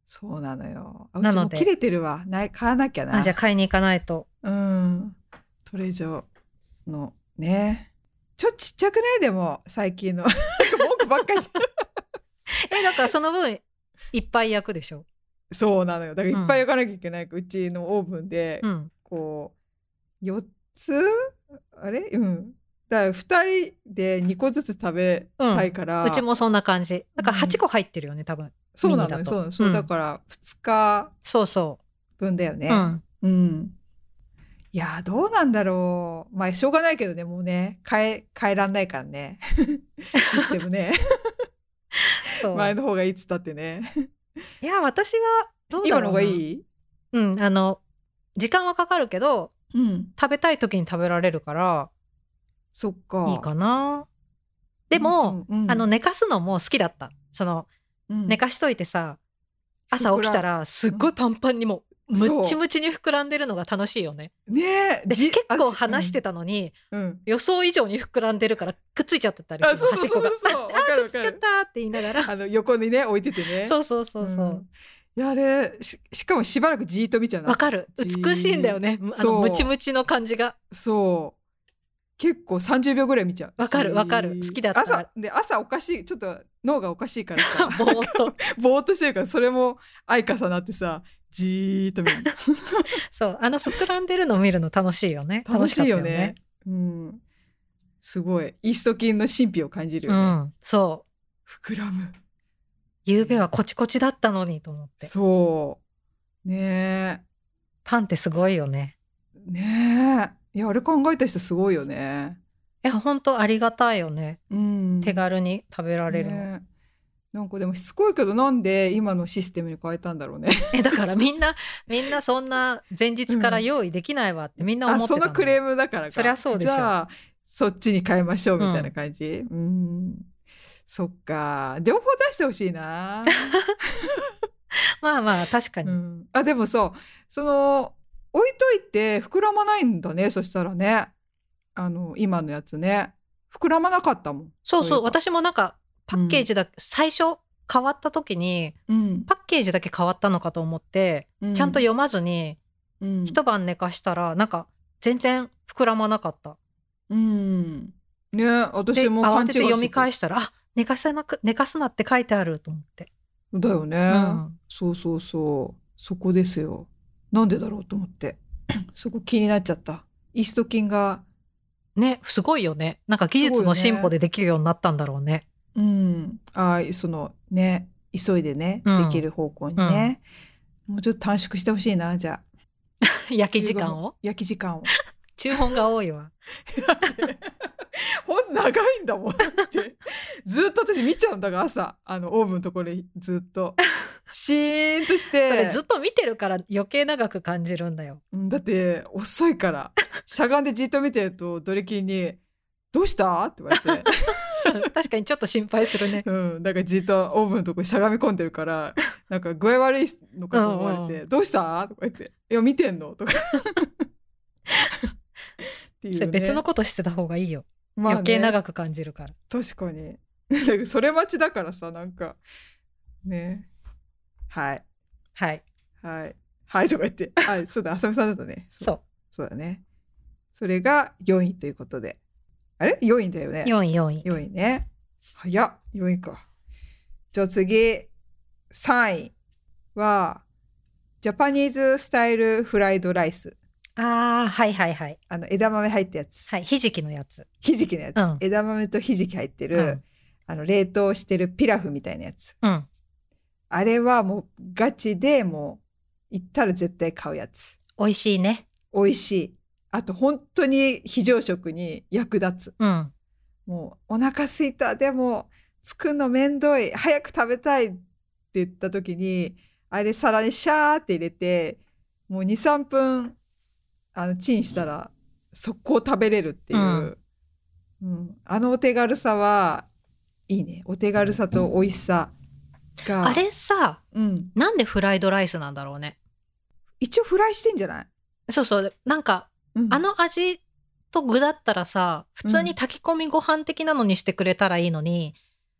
Speaker 1: そうなのよあう
Speaker 2: な
Speaker 1: ちも
Speaker 2: の
Speaker 1: う
Speaker 2: で
Speaker 1: 切れてるわない買わなきゃ
Speaker 2: う
Speaker 1: な
Speaker 2: あじゃあ買いに行かないと
Speaker 1: うんトレジョのねちょっとちっちゃくないでも最近のなんか文句ばっかり言って
Speaker 2: えだからその分いっぱい焼くでしょ、
Speaker 1: そうなのよだからいっぱい焼かなきゃいけない、うちのオーブンで、
Speaker 2: うん、
Speaker 1: こう4つあれうんだから2人で2個ずつ食べたいから、
Speaker 2: うちもそんな感じだから8個入ってるよね多分
Speaker 1: そうなの
Speaker 2: ミニだ
Speaker 1: よ
Speaker 2: と
Speaker 1: そうなのそう
Speaker 2: うん
Speaker 1: だから2日
Speaker 2: そうそ
Speaker 1: 分だよね、
Speaker 2: う、うん、
Speaker 1: うん。いやー、どうなんだろう。まあ、しょうがないけどね、もうね、変え、変えらんないからね。 システムね。
Speaker 2: そう
Speaker 1: 前の方がいいっつったってね。
Speaker 2: いや私はどうだろうな
Speaker 1: 今の方がいい
Speaker 2: うんあの時間はかかるけど
Speaker 1: うん。
Speaker 2: 食べたい時に食べられるから
Speaker 1: そっか。
Speaker 2: いいかなでも、
Speaker 1: うん、
Speaker 2: あの寝かすのも好きだったその
Speaker 1: うん、
Speaker 2: 寝かしといてさ朝起きたらすっごいパンパンにもう
Speaker 1: そう
Speaker 2: むっちむちに膨らんでるのが楽しいよね
Speaker 1: ねえ、
Speaker 2: で
Speaker 1: じ
Speaker 2: 結構話して、たのに、
Speaker 1: あうん。うん
Speaker 2: 予想以上に膨らんでるからくっついちゃってたり
Speaker 1: あ、
Speaker 2: す
Speaker 1: そ
Speaker 2: る
Speaker 1: う
Speaker 2: 端
Speaker 1: そ
Speaker 2: っこ
Speaker 1: うそ
Speaker 2: が
Speaker 1: う そう。わかるわ
Speaker 2: つ
Speaker 1: か
Speaker 2: っちゃっ
Speaker 1: る。
Speaker 2: たって言いながら
Speaker 1: あの、横にね、置いててね。
Speaker 2: そうそうそうそううん
Speaker 1: いや、あれ、し、しかもしばらくじーっと見ちゃう
Speaker 2: わ
Speaker 1: な。
Speaker 2: かる美しいんだよねむあ
Speaker 1: そ
Speaker 2: の
Speaker 1: う
Speaker 2: ムチムチの感じが
Speaker 1: そう。結構30秒ぐらい見ちゃう。
Speaker 2: わかるわかる好きだった
Speaker 1: 朝、で、朝おかしい。ちょっと脳がおかしいから さ。
Speaker 2: ぼーっ と
Speaker 1: ぼーっとしてるからそれも相重なってさじーっと見る
Speaker 2: そうあの膨らんでるの見るの楽しいよね
Speaker 1: 楽しいよね う
Speaker 2: 楽
Speaker 1: ん、すごいイースト菌の神秘を感じる
Speaker 2: かったよねう
Speaker 1: よね、
Speaker 2: んそう
Speaker 1: 膨らむ
Speaker 2: 夕べはコチコチだったのにと思って
Speaker 1: そうね
Speaker 2: パンってすごいよね
Speaker 1: えねえいやあれ考えた人すごいよね、
Speaker 2: いや本当ありがたいよね
Speaker 1: うん、
Speaker 2: 手軽に食べられるの、
Speaker 1: ねえなんかでもしつこいけどなんで今のシステムに変えたんだろうね
Speaker 2: えだからみんなみんなそんな前日から用意できないわってみんな思
Speaker 1: あ
Speaker 2: ってた
Speaker 1: そ
Speaker 2: の
Speaker 1: のクレームだからか
Speaker 2: そりゃそうでしょ
Speaker 1: じゃあそっちに変えましょうみたいな感じうんそっか両方出してほしいな
Speaker 2: まあまあ確かに、
Speaker 1: うん、あでもさその置いといて膨らまないんだねそしたらねあの今のやつね膨らまなかったもん
Speaker 2: そうそ
Speaker 1: い
Speaker 2: う
Speaker 1: えば、
Speaker 2: 私もなんかパッケージだけ、最初変わった時に
Speaker 1: うん
Speaker 2: パッケージだけ変わったのかと思って、ちゃんと、読まずに
Speaker 1: うん、
Speaker 2: 一晩寝かしたらなんか全然膨らまなかった
Speaker 1: うんね
Speaker 2: で
Speaker 1: 私も
Speaker 2: 慌
Speaker 1: 勘違い
Speaker 2: てて読み返
Speaker 1: し
Speaker 2: したらあ寝かせなく寝かすなって書いてあると思って、
Speaker 1: だよね、
Speaker 2: うん
Speaker 1: そうそうそうそこですよなんでだろうと思って そこ気になっちゃったイースト菌が
Speaker 2: ねすごいよねなんか技術の進歩でできるようになったんだろうね
Speaker 1: うん、あーそのね急いでね、
Speaker 2: うん
Speaker 1: できる方向にね、もうちょっと短縮してほしいなじゃあ
Speaker 2: 焼き時間を
Speaker 1: 焼き時間を
Speaker 2: 注文が多いわ。
Speaker 1: ほん長いんだもんだってずっと私見ちゃうんだから朝あのオーブンのところでずっ とシーンとし
Speaker 2: それ
Speaker 1: て
Speaker 2: ずっと見てるから余計長く感じるんだよ。
Speaker 1: うんだって遅い からしゃがんでじっと見てるとドレキンに「どうした?」って言わ れて、
Speaker 2: 確かにちょっと心配するね。
Speaker 1: うん、だからじっとオーブンのとこにしゃがみ込んでる からなんか具合悪いのかと思われて「
Speaker 2: うんう
Speaker 1: どうした?」とか言って「いや見てんの?」とかっていう
Speaker 2: そ
Speaker 1: ね
Speaker 2: れ別のことしてた方がいいよ。
Speaker 1: まあね
Speaker 2: 余計長く感じるから。
Speaker 1: 確かに だからそれ待ちだからさなんかねはい
Speaker 2: はい。
Speaker 1: はいはいとか言 ってはいそうだ浅見さんだったね
Speaker 2: そうう。
Speaker 1: そうだねそれが4位ということであれ4位だよね
Speaker 2: 4位4位。
Speaker 1: 4位ね早っ4位かじゃあ次3位はジャパニーズスタイルフライドライス
Speaker 2: ああ、はいはいはい。
Speaker 1: あの枝豆入ったやつ
Speaker 2: はい。ひじきのやつ。
Speaker 1: ひじきのやつ、
Speaker 2: うん
Speaker 1: 枝豆とひじき入ってる、
Speaker 2: うん
Speaker 1: あの冷凍してるピラフみたいなやつ
Speaker 2: うん。
Speaker 1: あれはもうガチでもう行ったら絶対買うやつ。
Speaker 2: 美味しいね。
Speaker 1: 美味しい。あと本当に非常食に役立つ。
Speaker 2: うん。
Speaker 1: もうお腹すいた。でも作るのめんどい。早く食べたいって言った時に、あれ皿にシャーって入れて、もう2、3分あのチンしたら速攻食べれるっていう、
Speaker 2: うん
Speaker 1: うんあのお手軽さはいいね。お手軽さと美味しさが。
Speaker 2: あれさ、
Speaker 1: うん。
Speaker 2: なんでフライドライスなんだろうね。
Speaker 1: 一応フライしてんじゃない、
Speaker 2: そうそう。なんか、
Speaker 1: うん
Speaker 2: あの味と具だったらさ、普通に炊き込みご飯的なのにしてくれたらいいのに、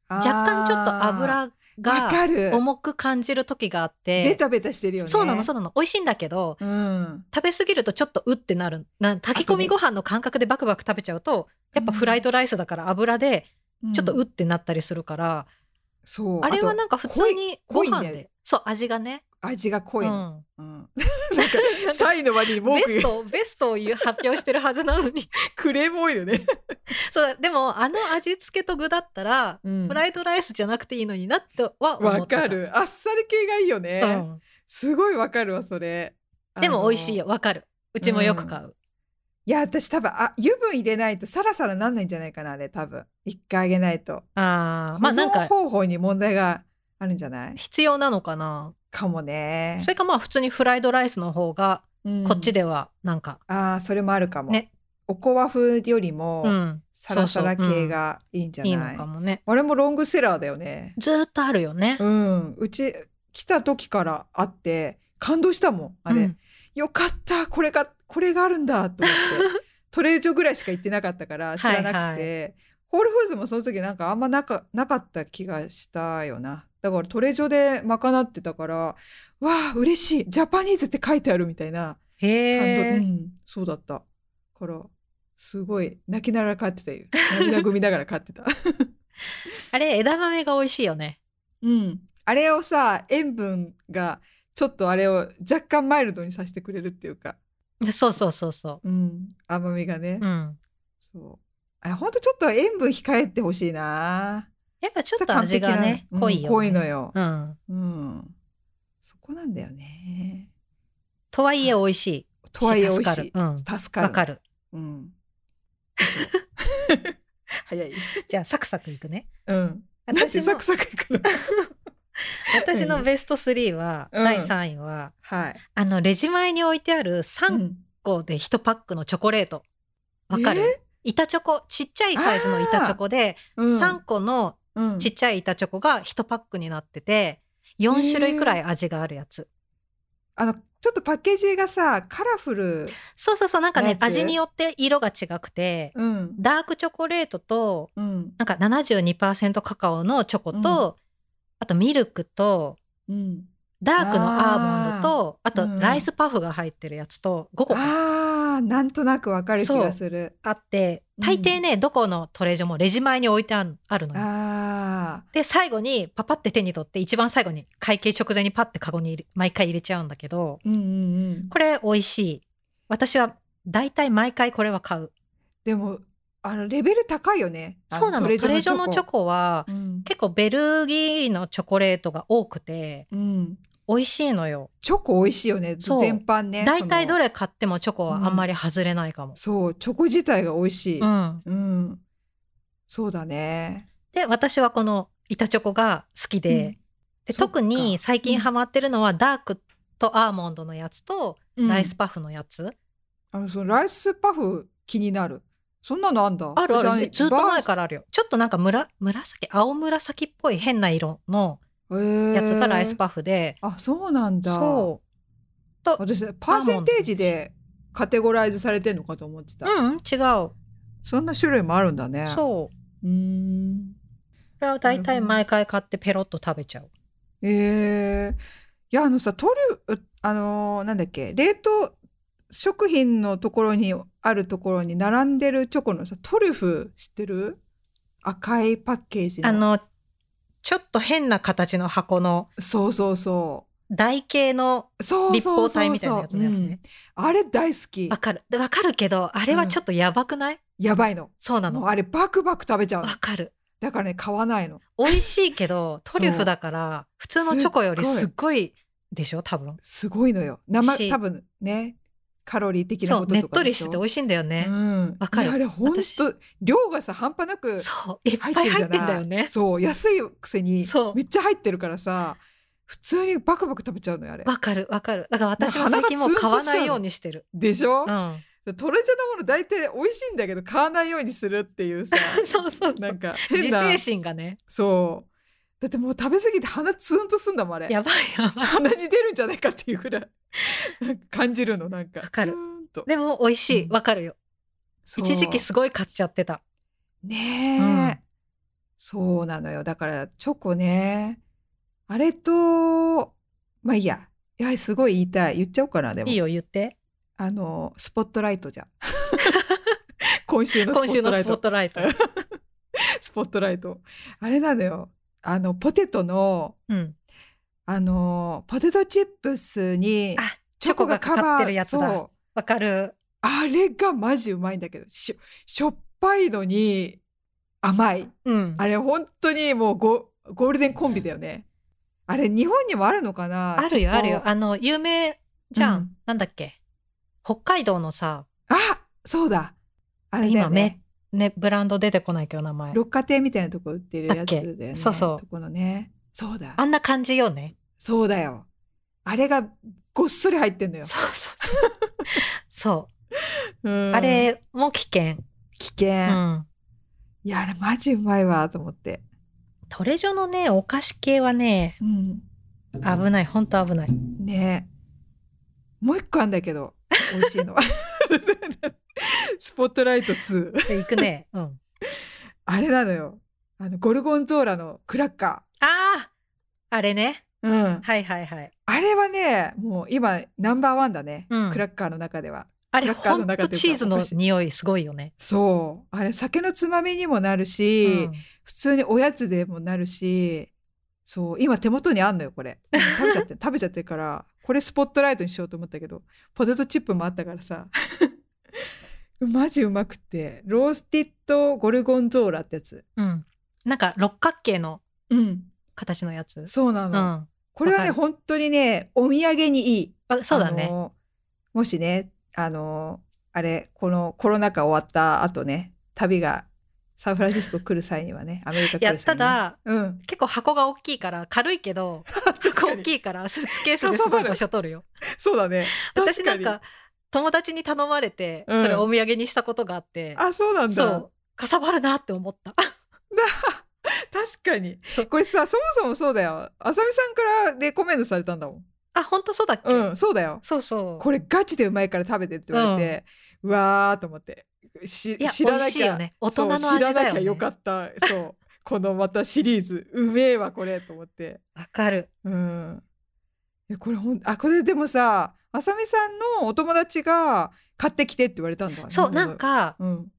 Speaker 2: 若干ちょっと油
Speaker 1: わ
Speaker 2: が
Speaker 1: かる
Speaker 2: 重く感じる時があっ
Speaker 1: ベ
Speaker 2: て、
Speaker 1: タベタしてるよね
Speaker 2: そうなのそううなの。美味しいんだけど、
Speaker 1: うん
Speaker 2: 食べ過ぎるとちょっとうってなる。な炊き込みご飯の感覚でバクバク食べちゃうと、やっぱフライドライスだから油でちょっとうってなったりするから、
Speaker 1: そう
Speaker 2: あれは
Speaker 1: と
Speaker 2: なんか普通にご
Speaker 1: 濃い濃いん
Speaker 2: 飯
Speaker 1: だよ
Speaker 2: で、そう味がね、
Speaker 1: 味が濃
Speaker 2: う
Speaker 1: いの、
Speaker 2: ん、
Speaker 1: うんなんか3位の 割に文
Speaker 2: ベ
Speaker 1: 句
Speaker 2: ス
Speaker 1: 言う
Speaker 2: トベストを言う発表してるはずなのに、
Speaker 1: クレーム多いよね、
Speaker 2: そうだでもあの味付けと具だったら、フライドライスじゃなくていいのになっては思った。
Speaker 1: わか。るあっさり系がいいよね、
Speaker 2: うん、
Speaker 1: すごいわかるわそれ
Speaker 2: で
Speaker 1: あ
Speaker 2: も
Speaker 1: の
Speaker 2: 美味しいよ、わかる。うちもよく買う。
Speaker 1: いや私多分あ油分入れないとサラサラなんないんじゃないかなあれ多分一回あげないと
Speaker 2: ああ、まあなん
Speaker 1: 保
Speaker 2: か
Speaker 1: 存方法に問題があるんじゃない
Speaker 2: 必要なのかな。
Speaker 1: かもね
Speaker 2: それかまあ普通にフライドライスの方が
Speaker 1: うん
Speaker 2: こっちではなんか、
Speaker 1: ああそれもあるかも、
Speaker 2: ね
Speaker 1: おこわ風よりも
Speaker 2: うん、
Speaker 1: サラサラ
Speaker 2: そうそうう
Speaker 1: 系
Speaker 2: ん
Speaker 1: がいいんじゃない,、
Speaker 2: いいのかもね。
Speaker 1: あれもロングセラーだよね
Speaker 2: ずーっとあるよね。
Speaker 1: うんうち来た時からあって感動したもんあれ、
Speaker 2: うん
Speaker 1: よかったこれがこれがあるんだと思 ってトレージョぐらいしか行ってなかったから知らなくて
Speaker 2: はい
Speaker 1: ホールフーズもその時なんかあんまなかなかった気がしたよなだからトレジョで賄ってたからわあ嬉しいジャパニーズって書いてあるみたいな感動、
Speaker 2: へ
Speaker 1: う
Speaker 2: え。
Speaker 1: ん、そうだったからすごい泣きながら買ってたよ涙ぐみながら買ってた
Speaker 2: あれ枝豆が美味しいよね。
Speaker 1: うんあれをさ塩分がちょっとあれを若干マイルドにさせてくれるっていうか、
Speaker 2: そうそうそうそ
Speaker 1: うん、甘みがね、
Speaker 2: う。うん。
Speaker 1: そうあほんとちょっと塩分控えてほしいな
Speaker 2: やっぱちょっと味がね
Speaker 1: 完璧なの
Speaker 2: 濃いよ、
Speaker 1: う
Speaker 2: ね
Speaker 1: ん濃いのよ、
Speaker 2: うん。
Speaker 1: うん、そこなんだよね
Speaker 2: とはいえ美味しい。
Speaker 1: とはいえ美味
Speaker 2: 助か
Speaker 1: し
Speaker 2: る
Speaker 1: い
Speaker 2: うん。
Speaker 1: 助かる
Speaker 2: わかる。
Speaker 1: うん、早い
Speaker 2: じゃあサクサクいくね。
Speaker 1: うんなん
Speaker 2: 私
Speaker 1: で
Speaker 2: の
Speaker 1: サクサクいくの
Speaker 2: 私のベスト3は、
Speaker 1: うん
Speaker 2: 第3位は
Speaker 1: はい。
Speaker 2: あのレジ前に置いてある
Speaker 1: う
Speaker 2: 3
Speaker 1: ん
Speaker 2: 個で1パックのチョコレート。わかる、板チョコちっちゃいサイズの板チョコで
Speaker 1: えー
Speaker 2: 3個の
Speaker 1: うん
Speaker 2: ちっちゃい板チョコが1パックになってて4種類くらい味があるやつ。
Speaker 1: あのちょっとパッケージがさカラフル、
Speaker 2: そうそうそうなんかね
Speaker 1: やつ
Speaker 2: 味によって色が違くて
Speaker 1: うん
Speaker 2: ダークチョコレートと
Speaker 1: うん
Speaker 2: なんか72%カカオのチョコと、あとミルクと
Speaker 1: うん、
Speaker 2: ダークのアーモンドとあと
Speaker 1: うん
Speaker 2: ライスパフが入ってるやつと5個あ
Speaker 1: あーなんとなくわかる気がする
Speaker 2: って
Speaker 1: うん
Speaker 2: 大抵ね、どこのトレジョもレジ前に置いてあんあるのよ。
Speaker 1: あ
Speaker 2: で最後にパパって手に取って一番最後に会計直前にパッてカゴに入れ毎回入れちゃうんだけど
Speaker 1: ーうんうんうん
Speaker 2: これ美味しい私は大体毎回これは買う
Speaker 1: でもあのレベル高いよねあ
Speaker 2: そうなのトレジョのチョ
Speaker 1: コ
Speaker 2: コは
Speaker 1: うん
Speaker 2: 結構ベルギーのチョコレートが多くて
Speaker 1: うん、
Speaker 2: 美味しいのよ。
Speaker 1: チョコ美味しいよね
Speaker 2: そう
Speaker 1: 全般ね
Speaker 2: 大体ど
Speaker 1: れ
Speaker 2: れ買ってもチョコはあんまり外れないかも。
Speaker 1: そうチョコ自体が美味しい、
Speaker 2: う
Speaker 1: うん
Speaker 2: ん、
Speaker 1: そうだね
Speaker 2: で私はこの板チョコが好きで,、
Speaker 1: うん
Speaker 2: で
Speaker 1: そっか
Speaker 2: 特に最近ハマってるのはダークとアーモンドのやつとライスパフのやつ、
Speaker 1: あのそのライスパフ気になるそんなのあんだ
Speaker 2: あるある
Speaker 1: じゃ
Speaker 2: えずっと前
Speaker 1: バ
Speaker 2: からあるよちょっとなんかむら紫青紫っぽい変な色の
Speaker 1: ー
Speaker 2: やつがライス
Speaker 1: へ
Speaker 2: パフで、
Speaker 1: ーあそうなんだ
Speaker 2: そう
Speaker 1: 私パーセンテージでカテゴライズされてんのかと思ってた、
Speaker 2: うん違う
Speaker 1: そんな種類もあるんだね
Speaker 2: そう
Speaker 1: うーん
Speaker 2: これは大体毎回買ってペロッと食べちゃう
Speaker 1: えー、いやあのさトリュあのーなんだっけ冷凍食品のところにあるところに並んでるチョコのさトリュフ知ってる赤いパッケージの
Speaker 2: あのちょっと変な形の箱の
Speaker 1: そうそうそ
Speaker 2: 台形の
Speaker 1: うそう
Speaker 2: 立
Speaker 1: そうそうそう
Speaker 2: 方体みたいなやつのやつね
Speaker 1: うんあれ大好き
Speaker 2: わかるでわかるけどあれはちょっとやばくない、
Speaker 1: やばいの
Speaker 2: そうなの
Speaker 1: もう
Speaker 2: わ
Speaker 1: あれバクバク食べちゃうの
Speaker 2: かる
Speaker 1: だからね買わないの
Speaker 2: 美味しいけ どトリュフだから普通のチョコより
Speaker 1: す
Speaker 2: す
Speaker 1: っ
Speaker 2: っごいでしょ多分
Speaker 1: すごいのよ生
Speaker 2: し
Speaker 1: 多分ねカロリー的な
Speaker 2: そ
Speaker 1: こ
Speaker 2: う
Speaker 1: と
Speaker 2: ね
Speaker 1: と
Speaker 2: っ
Speaker 1: か
Speaker 2: と
Speaker 1: で
Speaker 2: り
Speaker 1: し
Speaker 2: し
Speaker 1: ょ
Speaker 2: てて美味しいんだよね、
Speaker 1: うん、
Speaker 2: わかる
Speaker 1: いやあれ本
Speaker 2: 私
Speaker 1: 当量がさ半端なく
Speaker 2: そういっぱ
Speaker 1: 入
Speaker 2: い
Speaker 1: ってるじ
Speaker 2: 入
Speaker 1: ゃ
Speaker 2: ってんだ
Speaker 1: な
Speaker 2: よ
Speaker 1: い
Speaker 2: ね
Speaker 1: そう安いくせに
Speaker 2: そう
Speaker 1: めっちゃ入ってるからさ普通にバクバク食べちゃうのよあれ
Speaker 2: わかるわかるだから私は
Speaker 1: なん
Speaker 2: 最
Speaker 1: か
Speaker 2: 近もう
Speaker 1: 鼻がツーンと
Speaker 2: 買わ
Speaker 1: しちゃ
Speaker 2: な
Speaker 1: うの
Speaker 2: いようにしてる
Speaker 1: でしょ、
Speaker 2: うん
Speaker 1: トレジャのもの大体美味しいんだけど買わないようにするっていうさ
Speaker 2: そうそう
Speaker 1: なんか
Speaker 2: 自
Speaker 1: 変な
Speaker 2: 制心がね
Speaker 1: そうだってもう食べ過ぎて鼻ツーンとすんだもんあれ
Speaker 2: やばいやばい
Speaker 1: 鼻血出るんじゃないかっていうぐらいなんか感じるのなんか
Speaker 2: わかる
Speaker 1: ツーンと
Speaker 2: でも美味しい
Speaker 1: うん
Speaker 2: わかるよ
Speaker 1: そう
Speaker 2: 一時期すごい買っちゃってた
Speaker 1: ねえ、
Speaker 2: うん
Speaker 1: そうなのよだからチョコねあれとまあいいやいやすごい言いたい言っちゃおうかなでも
Speaker 2: いいよ言って
Speaker 1: あのスポットライトじゃん 今週のスポ
Speaker 2: 今週
Speaker 1: ット
Speaker 2: の
Speaker 1: ラ
Speaker 2: ス
Speaker 1: イ
Speaker 2: ポッ
Speaker 1: ト
Speaker 2: トライト
Speaker 1: スポットライトあれなのよあのポテトの
Speaker 2: うん
Speaker 1: あのポテトチップスに
Speaker 2: あチョコがかかってるやつ
Speaker 1: チョコがカバーそ
Speaker 2: だ
Speaker 1: う
Speaker 2: わかる
Speaker 1: あれがマジうまいんだけどしょしょっぱいのに甘い
Speaker 2: うん
Speaker 1: あれ本当にもうゴゴールデンコンビだよね。あれ日本にもあるのかな
Speaker 2: あるよ
Speaker 1: ちょっ
Speaker 2: あ
Speaker 1: と
Speaker 2: るよあの有名じゃん、
Speaker 1: うん
Speaker 2: なんだっけ北海道のさ
Speaker 1: あそうだあれだよ
Speaker 2: 今
Speaker 1: ね
Speaker 2: めねブランド出てこないけど名前
Speaker 1: 六花亭みたいなとこ売ってるやつだよ
Speaker 2: だっ
Speaker 1: ね。
Speaker 2: けそうそう
Speaker 1: とこのね。そうだ
Speaker 2: あ。んな感じよね
Speaker 1: そうだよ。あれがごっそり入ってんの
Speaker 2: そ
Speaker 1: よ
Speaker 2: う。そうそう そう
Speaker 1: うん
Speaker 2: あれも危険、
Speaker 1: 危険。
Speaker 2: うん、
Speaker 1: いやあれマジうまいわと思って。
Speaker 2: トレジョのねお菓子系はね
Speaker 1: うん。
Speaker 2: 危ないほんと危ない
Speaker 1: ねもう一個あんだけど美味しい の。スポットライト2。
Speaker 2: で行く ね、うん、
Speaker 1: あれなのよ。あの、ゴルゴンゾーラのクラッカ
Speaker 2: あーあれね
Speaker 1: ー。うん。
Speaker 2: はいはいはい
Speaker 1: あれはね、もう今、ナンバーワンだね。
Speaker 2: うん
Speaker 1: クラッカーの中では。
Speaker 2: あれ
Speaker 1: クラッカー
Speaker 2: ほ
Speaker 1: の
Speaker 2: ん
Speaker 1: 中
Speaker 2: と
Speaker 1: っていうか
Speaker 2: チーズの匂いすごいよね、
Speaker 1: そう。あれ、酒のつまみにもなる
Speaker 2: う
Speaker 1: し、
Speaker 2: ん、
Speaker 1: 普通におやつでもなるし、そう。今、手元にあんのよ、これ。食べちゃ って、食べちゃってるから、これスポットライトにしようと思ったけど、ポテトチップもあったから さ。マジうまくて。ロースティッドゴルゴンゾーラってやつ。
Speaker 2: うん、なんか六角形の
Speaker 1: うん。
Speaker 2: 形のやつ
Speaker 1: そうな
Speaker 2: う
Speaker 1: の。
Speaker 2: ん
Speaker 1: これは
Speaker 2: わ
Speaker 1: ね、
Speaker 2: かる
Speaker 1: 本当にね、お土産にいい。
Speaker 2: あそうだね、
Speaker 1: あのもしね、あの、あれ、このコロナ禍終わった後ね、旅がサンフランシスコ来る際にはね、アメリカ
Speaker 2: い
Speaker 1: 来
Speaker 2: や
Speaker 1: る際
Speaker 2: た
Speaker 1: に、ね。
Speaker 2: だ
Speaker 1: うん。
Speaker 2: 結構箱が大きいから軽いけ ど箱大きいからスーツケースですごい場所取るよ。
Speaker 1: そうだね。
Speaker 2: 私なん
Speaker 1: 確
Speaker 2: か友達に頼まれて
Speaker 1: うん
Speaker 2: それお土産にしたことがあって、
Speaker 1: に、あ、そうなん
Speaker 2: そ
Speaker 1: だ
Speaker 2: う。かさばるなって思った。
Speaker 1: 確かに。
Speaker 2: そう
Speaker 1: これさ、そもそもそうだよ。あさみさんからレコメンドされたんだもん。
Speaker 2: あ本当そうだっけ、
Speaker 1: うん、そうだよ。
Speaker 2: そうそう
Speaker 1: これガチでうまいから食べてって言われて、うわーと思って。し
Speaker 2: いや
Speaker 1: 知
Speaker 2: 美
Speaker 1: らな
Speaker 2: 味しい
Speaker 1: きゃ
Speaker 2: よね大人の
Speaker 1: そう
Speaker 2: 味
Speaker 1: 知ら
Speaker 2: だ
Speaker 1: な
Speaker 2: よ
Speaker 1: きゃ
Speaker 2: ね。
Speaker 1: よかった。そう。このまたシリーズ。うめえわ、これ、と思って。
Speaker 2: わかる。
Speaker 1: うん。え、これほん、あ、これでもさ、あさみさんのお友達が買ってきてって言われたんだ。
Speaker 2: そうなん。か
Speaker 1: うん。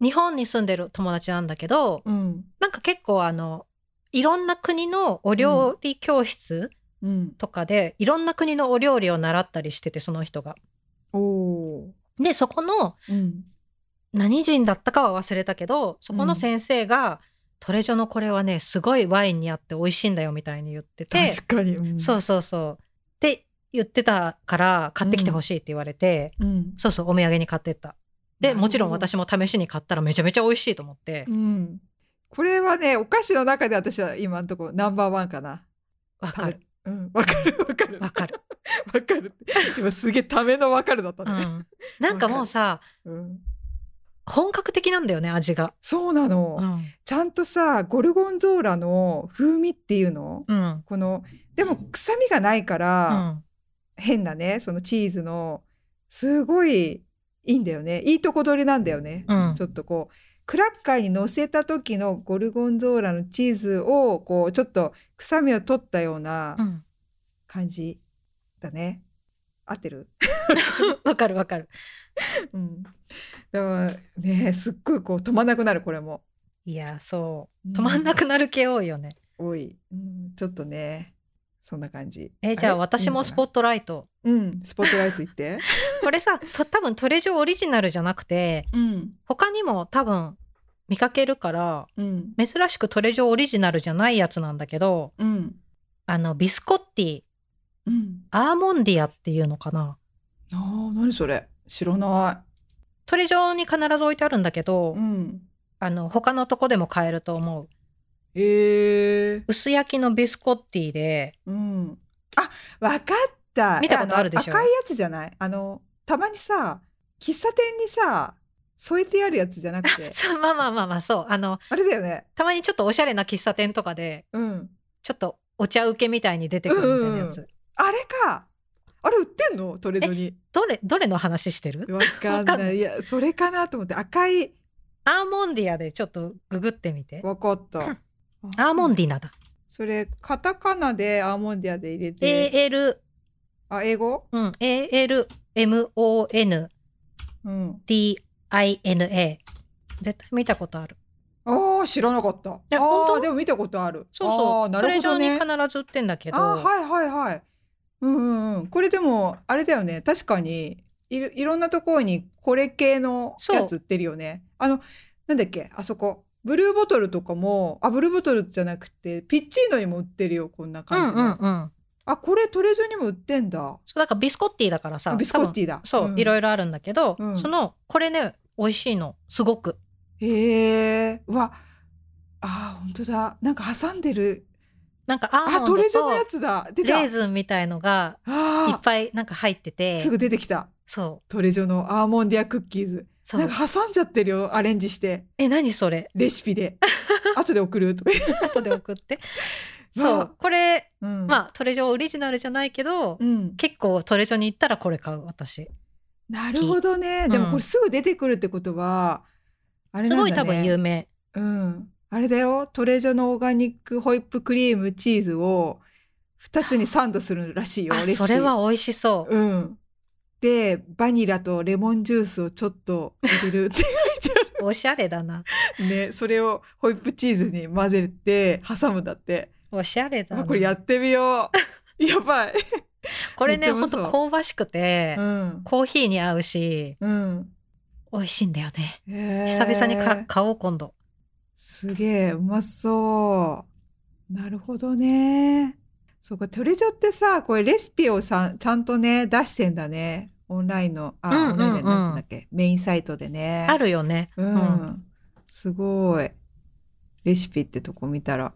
Speaker 2: 日本に住んでる友達なんだけど
Speaker 1: うん。
Speaker 2: なんか結構あのいろんな国のお料理教室
Speaker 1: うん。
Speaker 2: とかで、いろんな国のお料理を習ったりしててその人が。
Speaker 1: おお
Speaker 2: でそこの
Speaker 1: ー。うん。
Speaker 2: 何人だったかは忘れたけどそこの先生が、トレジョのこれはねすごいワインにあって美味しいんだよみたいに言ってて
Speaker 1: 確かに。うん
Speaker 2: そうそうそう言ってたから買ってきてほしいって言われて、
Speaker 1: うん
Speaker 2: そうそうお土産に買ってった
Speaker 1: な
Speaker 2: で
Speaker 1: るほど
Speaker 2: もちろん私も試しに買ったらめちゃめちゃ美味しいと思って
Speaker 1: うん、これはねお菓子の中で私は今のところナンバーワンかな
Speaker 2: わ、かる
Speaker 1: ためうんわかるわかる
Speaker 2: わかる、
Speaker 1: わかる今すげえためのわかるだった
Speaker 2: う
Speaker 1: ね、
Speaker 2: ん、なんかもうさ
Speaker 1: うん
Speaker 2: 本格的なんだよね味が
Speaker 1: そうなの、
Speaker 2: うん、
Speaker 1: ちゃんとさゴルゴンゾーラの風味っていうの、
Speaker 2: うん
Speaker 1: このでも臭みがないか
Speaker 2: う
Speaker 1: ら、
Speaker 2: ん、
Speaker 1: 変なねそのチーズのすごいいいんだよねいいとこ取りなんだよね、
Speaker 2: うん
Speaker 1: ちょっとこうクラッカーに乗せた時のゴルゴンゾーラのチーズをこうちょっと臭みを取ったような
Speaker 2: うん
Speaker 1: 感じだね、合ってる、
Speaker 2: わかるわかる
Speaker 1: うん、でもねすっごいこう止まんなくなるこれも
Speaker 2: いやそう
Speaker 1: うん
Speaker 2: 止まんなくなる系多いよね、
Speaker 1: 多い、うん、ちょっとねそんな感じ
Speaker 2: えじゃあ私もスポ
Speaker 1: ッ
Speaker 2: ットライト
Speaker 1: うんスポットライト行 って、
Speaker 2: これさと多分トレジョオリジナルじゃなくて
Speaker 1: うん
Speaker 2: 他にも多分見かけるから
Speaker 1: うん
Speaker 2: 珍しくトレジョオリジナルじゃないやつなんだけど
Speaker 1: うん
Speaker 2: あのビスコッティ
Speaker 1: うん
Speaker 2: アーモンディアっていうのかな
Speaker 1: あー何それ知らな
Speaker 2: トレジョに必ず置いてあるんだけど、
Speaker 1: いん
Speaker 2: あの他のとこでも買えると思う
Speaker 1: へえ。
Speaker 2: 薄焼きのビスコッティで
Speaker 1: うん。あ、わかった。
Speaker 2: 見たこと
Speaker 1: えの
Speaker 2: あるでしょ
Speaker 1: 赤いやつじゃない。あのたまにさ、喫茶店にさ、添えてあるやつじゃなく て、
Speaker 2: そうまあまあまあまあそうあの
Speaker 1: あれだよね。
Speaker 2: たまにちょっとおしゃれな喫茶店とかで
Speaker 1: うん。
Speaker 2: ちょっとお茶受けみたいに出てくるみたいなやつ、
Speaker 1: うんあれか。あれ売ってんのトレゾに。
Speaker 2: どれどれの話してる
Speaker 1: わかん
Speaker 2: わかん
Speaker 1: な
Speaker 2: ない
Speaker 1: い。いや、それかなと思って赤い。
Speaker 2: アーモンディアでちょっとググってみて
Speaker 1: わかった。
Speaker 2: アーモン
Speaker 1: ディ。
Speaker 2: ディナだ
Speaker 1: それカタカナでアーモンディアで入れて。
Speaker 2: AL
Speaker 1: あ、英語？
Speaker 2: うん ALMONDINA
Speaker 1: うん。
Speaker 2: 絶対見たことある
Speaker 1: ああ、知らなかった。あ
Speaker 2: や本当
Speaker 1: あー、でも見たことある。
Speaker 2: そう
Speaker 1: あ
Speaker 2: そ
Speaker 1: ー
Speaker 2: う、
Speaker 1: な
Speaker 2: トレ
Speaker 1: るほ
Speaker 2: ジョ
Speaker 1: ど
Speaker 2: に
Speaker 1: ね
Speaker 2: 必。ず売ってんだけど、
Speaker 1: あーはいはいはい。うんうんうん。これでもあれだよね。確かにいろいろんなところにこれ系の
Speaker 2: そう
Speaker 1: やつ売ってるよね。あのなんだっけあそこブルーボトルとかもあブルーボトルじゃなくてピッチーノにも売ってるよこんな
Speaker 2: うん
Speaker 1: 感じの。
Speaker 2: うんうん
Speaker 1: あこれトレジョにも売ってんだ。
Speaker 2: そうだからビスコッティだから
Speaker 1: あ
Speaker 2: さ
Speaker 1: ビスコッティだ。
Speaker 2: 多分そう、いろ
Speaker 1: い
Speaker 2: いろあるんだけど、
Speaker 1: うん
Speaker 2: そのこれね美味しいのすごく
Speaker 1: ろ。へえ。うわあー本当だ。なんか挟んでる。
Speaker 2: なんかアー
Speaker 1: あ
Speaker 2: モン
Speaker 1: トレ
Speaker 2: ド
Speaker 1: ジョのや
Speaker 2: と
Speaker 1: つだ。出た。
Speaker 2: レーズンみたいのがいっ
Speaker 1: あ
Speaker 2: ぱいなんか入って
Speaker 1: あ
Speaker 2: て
Speaker 1: すぐ出てきた。
Speaker 2: そう
Speaker 1: トレジョのアーモンディアクッキーズ。
Speaker 2: そ
Speaker 1: なん
Speaker 2: う
Speaker 1: か挟んじゃってるよアレンジして
Speaker 2: え何それ
Speaker 1: レシピ で後で送るとか、
Speaker 2: 後で送って
Speaker 1: まあ
Speaker 2: そうこれ
Speaker 1: うん
Speaker 2: まあトレジョオリジナルじゃないけど、
Speaker 1: うん、
Speaker 2: 結構トレジョに行ったらこれ買う私
Speaker 1: なるほどね
Speaker 2: き
Speaker 1: で
Speaker 2: う
Speaker 1: も
Speaker 2: ん
Speaker 1: これすぐ出てくるってことは、あれな
Speaker 2: す
Speaker 1: んだ
Speaker 2: ご
Speaker 1: ね
Speaker 2: い多分有名
Speaker 1: うんあれだよトレジョのオーガニックホイップクリームチーズを2つにサンドするらしいよ
Speaker 2: あ
Speaker 1: レシピ
Speaker 2: それは美味しそう
Speaker 1: うんでバニラとレモンジュースをちょっと入 れるって
Speaker 2: おしゃれだな。
Speaker 1: ねそれをホイップチーズに混ぜて挟むんだって
Speaker 2: おしゃれだ
Speaker 1: あ
Speaker 2: な。
Speaker 1: これやってみよ うやばい
Speaker 2: これ
Speaker 1: めっ
Speaker 2: ね、
Speaker 1: ちゃう
Speaker 2: ほ
Speaker 1: ま
Speaker 2: ん
Speaker 1: そう
Speaker 2: と香ばしくて、
Speaker 1: うん
Speaker 2: コーヒーに合うし、
Speaker 1: うん
Speaker 2: 美味しいんだよね。
Speaker 1: 久
Speaker 2: 久々にか買おう、今度。
Speaker 1: すげえうまそうなるほどねそうかトレジョってさこれレシピをさちゃんとね出してんだねオンラインのあ、
Speaker 2: うん
Speaker 1: オ
Speaker 2: うんうん
Speaker 1: ンラインでなんつうんだっけメインサイトでね
Speaker 2: あるよね。
Speaker 1: うん、
Speaker 2: うん
Speaker 1: すごいレシピってとこ見たら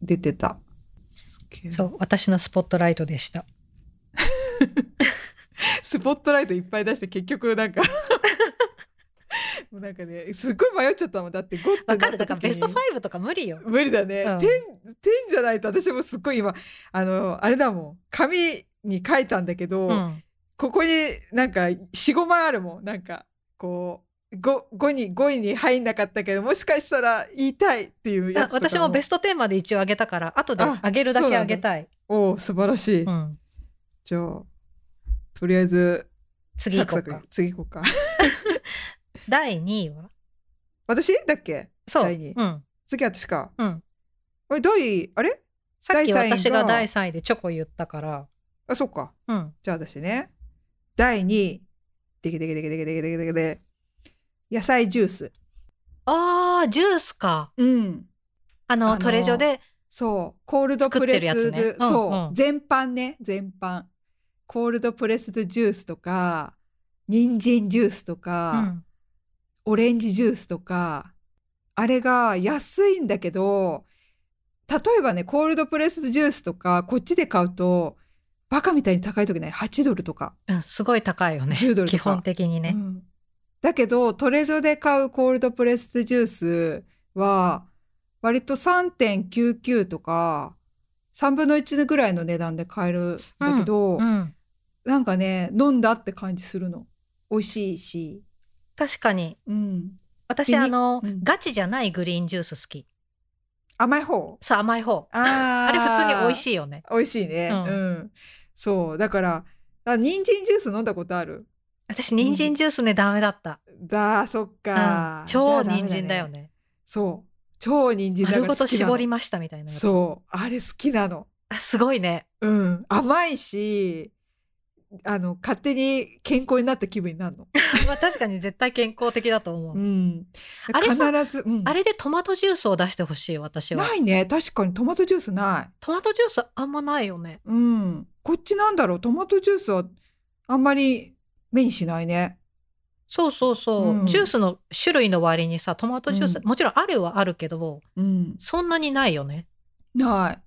Speaker 1: 出てたすげえ
Speaker 2: そう、私のスポットライトでした。
Speaker 1: スポットライトいっぱい出して結局なん かもうなんかねすっごい迷っちゃったもんだってゴッてな
Speaker 2: わ
Speaker 1: っ
Speaker 2: かる
Speaker 1: た
Speaker 2: だから
Speaker 1: 時に
Speaker 2: ベスト5とか無理よ。
Speaker 1: 無理だね、
Speaker 2: うん
Speaker 1: 点点じゃないと私もすっごい今あのあれだもん紙に書いたんだけど、
Speaker 2: うん。
Speaker 1: ここになんか45枚あるもんなんかこう 5, 5に5位に入んなかったけどもしかしたら言いたいっていうや
Speaker 2: あ
Speaker 1: つとか
Speaker 2: 私もベ
Speaker 1: ス
Speaker 2: ストテーマで一応あげたから、後であげるだけあげたい。
Speaker 1: おお素晴らしい、
Speaker 2: うん。
Speaker 1: じゃあとりあえず
Speaker 2: 次行こうか。
Speaker 1: 次行こうか
Speaker 2: 第2位は
Speaker 1: 私だっけ
Speaker 2: そう。
Speaker 1: 第二位
Speaker 2: うん。
Speaker 1: 次私か
Speaker 2: うん。
Speaker 1: あれ第あれ
Speaker 2: さっき
Speaker 1: 第三位が
Speaker 2: 私が第3位でチョコ言ったから、
Speaker 1: あそっか
Speaker 2: うん。
Speaker 1: じゃあ私ね。第2位。でけでけでけでけでけでけでけで。野菜ジュース。
Speaker 2: あー、ジュースか。
Speaker 1: うん。
Speaker 2: あの、
Speaker 1: あの
Speaker 2: トレジョで
Speaker 1: そう。コールドプレス
Speaker 2: 作ってるやつね
Speaker 1: で、
Speaker 2: うん
Speaker 1: そう、
Speaker 2: うん
Speaker 1: 全般ね。全般。コールドプレスドジュースとか人参ジュースと
Speaker 2: う
Speaker 1: か、
Speaker 2: ん
Speaker 1: オレンジジュースとかあれが安いんだけど例えばねコールドプレスジュースとかこっちで買うとバカみたいに高い時ね8ドルとか、
Speaker 2: うん、すごい高いよね
Speaker 1: 10ドルと
Speaker 2: 基
Speaker 1: か
Speaker 2: 本的にね
Speaker 1: う、んだけどトレジョで買うコールドプレスジュースは割と3.99とか3分の1ぐらいの値段で買えるんだけど、
Speaker 2: うん、
Speaker 1: なんかね飲んだって感じするの美味しいし、
Speaker 2: 確かに
Speaker 1: うん、
Speaker 2: 私
Speaker 1: 気に
Speaker 2: あの、
Speaker 1: うん
Speaker 2: ガチじゃないグリーンジュース好き
Speaker 1: 甘い 方
Speaker 2: さあ甘い方
Speaker 1: あ
Speaker 2: あれ普通に美味
Speaker 1: い
Speaker 2: しいよね
Speaker 1: 美味しいね。
Speaker 2: う
Speaker 1: うんん。そう。だから、あ人参ジュース飲んだことある
Speaker 2: 私人参ジュースねダメだった、
Speaker 1: だー、そっ
Speaker 2: うん
Speaker 1: か、、
Speaker 2: 超
Speaker 1: じゃあダメ
Speaker 2: 人参だよ。ね
Speaker 1: そう。超人参だから
Speaker 2: 丸
Speaker 1: 好きなの
Speaker 2: ごと絞りましたみたいなやつ
Speaker 1: そう。あれ好きなの。
Speaker 2: あすごいね
Speaker 1: うん。甘いし、あの、勝手に健康になった気分になるの。
Speaker 2: まあ確かに絶対健康的だと思う、
Speaker 1: うん。
Speaker 2: あれ
Speaker 1: 必
Speaker 2: さ
Speaker 1: ず、うん。
Speaker 2: あれでトマトジュースを出してほしい私は
Speaker 1: ないね。確かにトマトジュースない。
Speaker 2: トマトジュースあんまないよね
Speaker 1: うん。こっちなんだろう。トマトジュースはあんまり目にしないね。
Speaker 2: そうそうそう、
Speaker 1: うん
Speaker 2: ジュースの種類の割にさトマトジュース、
Speaker 1: うん
Speaker 2: もちろんあるはあるけど
Speaker 1: うん。
Speaker 2: そんなにないよね
Speaker 1: ない。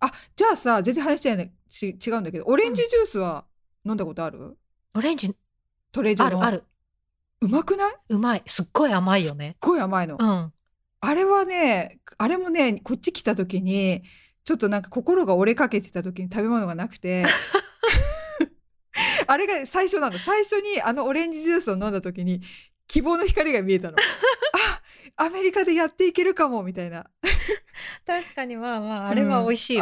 Speaker 1: あ、じゃあさ、全然話しゃね、ち違うんだけど、オレンジジュースは飲んだことある、
Speaker 2: オレンジ
Speaker 1: トレジ
Speaker 2: あ
Speaker 1: ョの。
Speaker 2: るあ。る
Speaker 1: うまくないう
Speaker 2: まいすっごい甘いよね
Speaker 1: すっごい甘いの、
Speaker 2: うん
Speaker 1: あれはね、あれもね、こっち来た時に、ちょっとなんか心が折れかけてた時に食べ物がなくて、 あれが最初なの。最初にあのオレンジジュースを飲んだ時に、希望の光が見えたの。あ、アメリカでやっていけるかも、みたいな。
Speaker 2: 確かにまあまあ
Speaker 1: うんあ